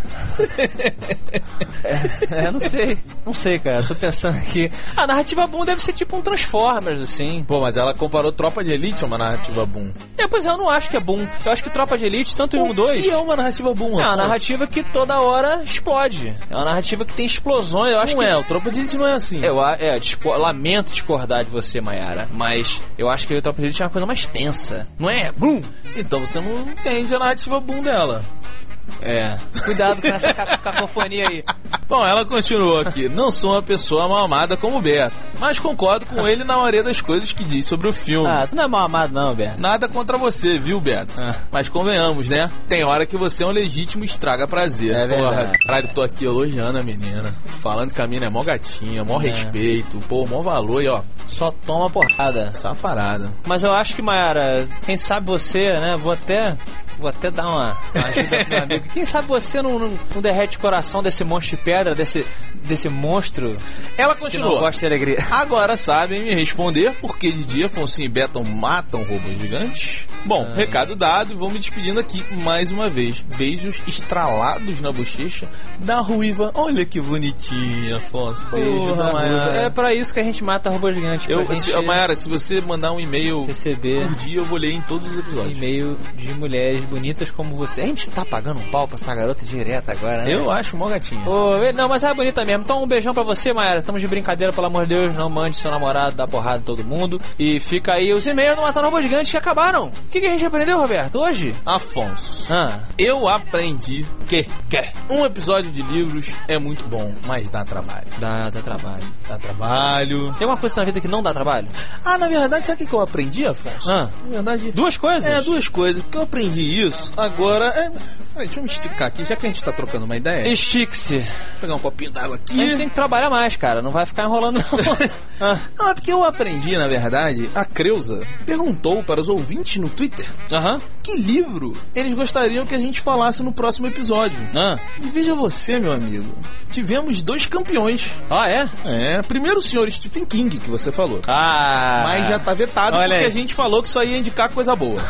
Speaker 2: É, é, não sei. Não sei, cara. Tô pensando aqui. A narrativa boom deve ser tipo um Transformers, assim.
Speaker 3: Pô, mas ela comparou Tropa de Elite a uma narrativa boom.
Speaker 2: É, pois é, eu não acho que é boom. Eu acho que Tropa de Elite, tanto em um,
Speaker 3: O
Speaker 2: dois.
Speaker 3: que é uma narrativa boom?
Speaker 2: É uma
Speaker 3: Afonso?
Speaker 2: narrativa que toda hora explode. É uma narrativa que tem explosões. Eu acho
Speaker 3: Não
Speaker 2: que
Speaker 3: é, o Tropa de Elite não é assim.
Speaker 2: Eu a- é, disco- lamento discordar de você, Mayara, mas eu acho que o Top Elite é uma coisa mais tensa. Não é? Brum!
Speaker 3: Então você não entende a narrativa boom dela.
Speaker 2: É. Cuidado com essa ca- cacofonia aí.
Speaker 3: Bom, ela continuou aqui. Não sou uma pessoa mal amada como o Beto, mas concordo com ele na maioria das coisas que diz sobre o filme.
Speaker 2: Ah, tu não é mal amado não, Beto.
Speaker 3: Nada contra você, viu, Beto?
Speaker 2: Ah.
Speaker 3: Mas convenhamos, né? Tem hora que você é um legítimo estraga prazer.
Speaker 2: É verdade.
Speaker 3: caralho, tô aqui elogiando a menina. Falando que a menina é mó gatinha, mó respeito, pô, mó valor e ó,
Speaker 2: Só toma porrada.
Speaker 3: essa parada.
Speaker 2: Mas eu acho que, Mayara, quem sabe você, né? Vou até. Vou até dar uma uma ajuda pro meu amigo. Quem sabe você não, não- não derrete o coração desse monstro de pedra, desse, desse monstro
Speaker 3: Ela
Speaker 2: que não
Speaker 3: continua.
Speaker 2: gosta de alegria.
Speaker 3: Agora sabem me responder por que Didi, Afonso e Beto matam robôs gigantes?
Speaker 2: Ah.
Speaker 3: Bom, recado dado e vou me despedindo aqui mais uma vez. Beijos estralados na bochecha da ruiva. Olha que bonitinha, Afonso. Beijo,
Speaker 2: Porra,
Speaker 3: Mayara.
Speaker 2: É pra isso que a gente mata robô gigante.
Speaker 3: Eu,
Speaker 2: pra gente
Speaker 3: se, Mayara, se você mandar um e-mail
Speaker 2: receber.
Speaker 3: por dia, eu vou ler em todos os episódios.
Speaker 2: e-mail de mulheres bonitas como você. A gente tá pagando um pau pra essa garota direta agora, né?
Speaker 3: Eu acho mó gatinha.
Speaker 2: Ô, não, mas é bonita mesmo. Então, um beijão pra você, Mayara. Estamos de brincadeira, pelo amor de Deus. Não mande seu namorado dar porrada em todo mundo. E fica aí os e-mails do Matar Robô Gigante que acabaram. O que, que a gente aprendeu, Roberto, hoje?
Speaker 3: Afonso,
Speaker 2: Ah,
Speaker 3: eu aprendi que, que um episódio de livros é muito bom, mas dá trabalho.
Speaker 2: dá, dá trabalho.
Speaker 3: Dá trabalho.
Speaker 2: Tem uma coisa na vida que não dá trabalho?
Speaker 3: Ah, na verdade, sabe o que que eu aprendi, Afonso?
Speaker 2: Ah.
Speaker 3: Na verdade.
Speaker 2: Duas coisas?
Speaker 3: É, duas coisas, porque eu aprendi isso. Agora, é... peraí, deixa eu me esticar aqui, já que a gente tá trocando uma ideia.
Speaker 2: Estique-se.
Speaker 3: Vou pegar um copinho d'água
Speaker 2: A
Speaker 3: aqui.
Speaker 2: gente tem que trabalhar mais, cara. Não vai ficar enrolando, não. ah,
Speaker 3: Não, é porque eu aprendi, na verdade, a Creuza perguntou para os ouvintes no Twitter
Speaker 2: Aham.
Speaker 3: que livro eles gostariam que a gente falasse no próximo episódio.
Speaker 2: Ah.
Speaker 3: E veja você, meu amigo. Tivemos dois campeões.
Speaker 2: ah, é?
Speaker 3: É, primeiro o senhor Stephen King, que você falou.
Speaker 2: Ah.
Speaker 3: Mas já tá vetado
Speaker 2: Olha
Speaker 3: porque
Speaker 2: aí.
Speaker 3: a gente falou que só ia indicar coisa boa.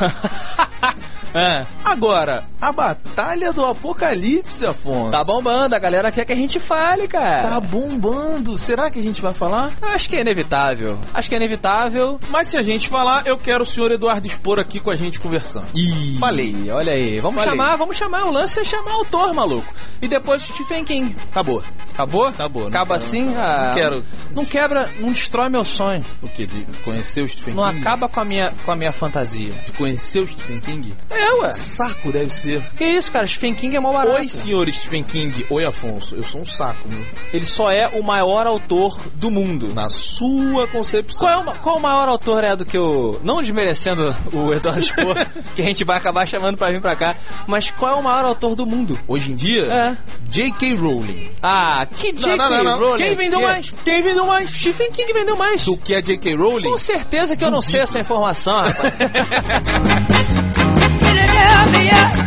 Speaker 2: Ah,
Speaker 3: Agora, a Batalha do Apocalipse, Afonso.
Speaker 2: tá bombando, a galera quer que a gente fale, cara.
Speaker 3: Tá bombando. Será que a gente vai falar?
Speaker 2: Acho que é inevitável. Acho que é inevitável.
Speaker 3: Mas se a gente falar, eu quero o senhor Eduardo Expor aqui com a gente conversando.
Speaker 2: Ih,
Speaker 3: Falei.
Speaker 2: Olha aí, vamos
Speaker 3: Falei.
Speaker 2: chamar, vamos chamar. O lance é chamar o autor, maluco. E depois o Stephen King.
Speaker 3: Acabou.
Speaker 2: Acabou?
Speaker 3: Acabou, não
Speaker 2: Acaba
Speaker 3: quero,
Speaker 2: assim?
Speaker 3: não
Speaker 2: ah,
Speaker 3: quero.
Speaker 2: Não quebra, não destrói meu sonho.
Speaker 3: O que? De conhecer o Stephen
Speaker 2: Não
Speaker 3: King?
Speaker 2: acaba com a minha, com a minha fantasia.
Speaker 3: De conhecer o Stephen King?
Speaker 2: É, ué.
Speaker 3: Saco deve ser.
Speaker 2: Que isso, cara? Stephen King é mó barato.
Speaker 3: Oi, senhor Stephen King. Oi, Afonso. Eu sou um saco, meu.
Speaker 2: Ele só é o maior autor do mundo.
Speaker 3: Na sua concepção.
Speaker 2: Qual, é o, ma- qual o maior autor é do que o. Não desmerecendo o Eduardo Spohr, que a gente vai acabar chamando pra vir pra cá, mas qual é o maior autor do mundo?
Speaker 3: Hoje em dia,
Speaker 2: É.
Speaker 3: J.K. Rowling.
Speaker 2: Ah, que J.K.
Speaker 3: Não, não, não, não.
Speaker 2: Rowling
Speaker 3: Quem vendeu
Speaker 2: que-
Speaker 3: mais? Quem vendeu mais?
Speaker 2: Stephen King vendeu mais.
Speaker 3: Do que a J.K. Rowling?
Speaker 2: Com certeza que eu não sei essa informação, rapaz.
Speaker 15: Help me out.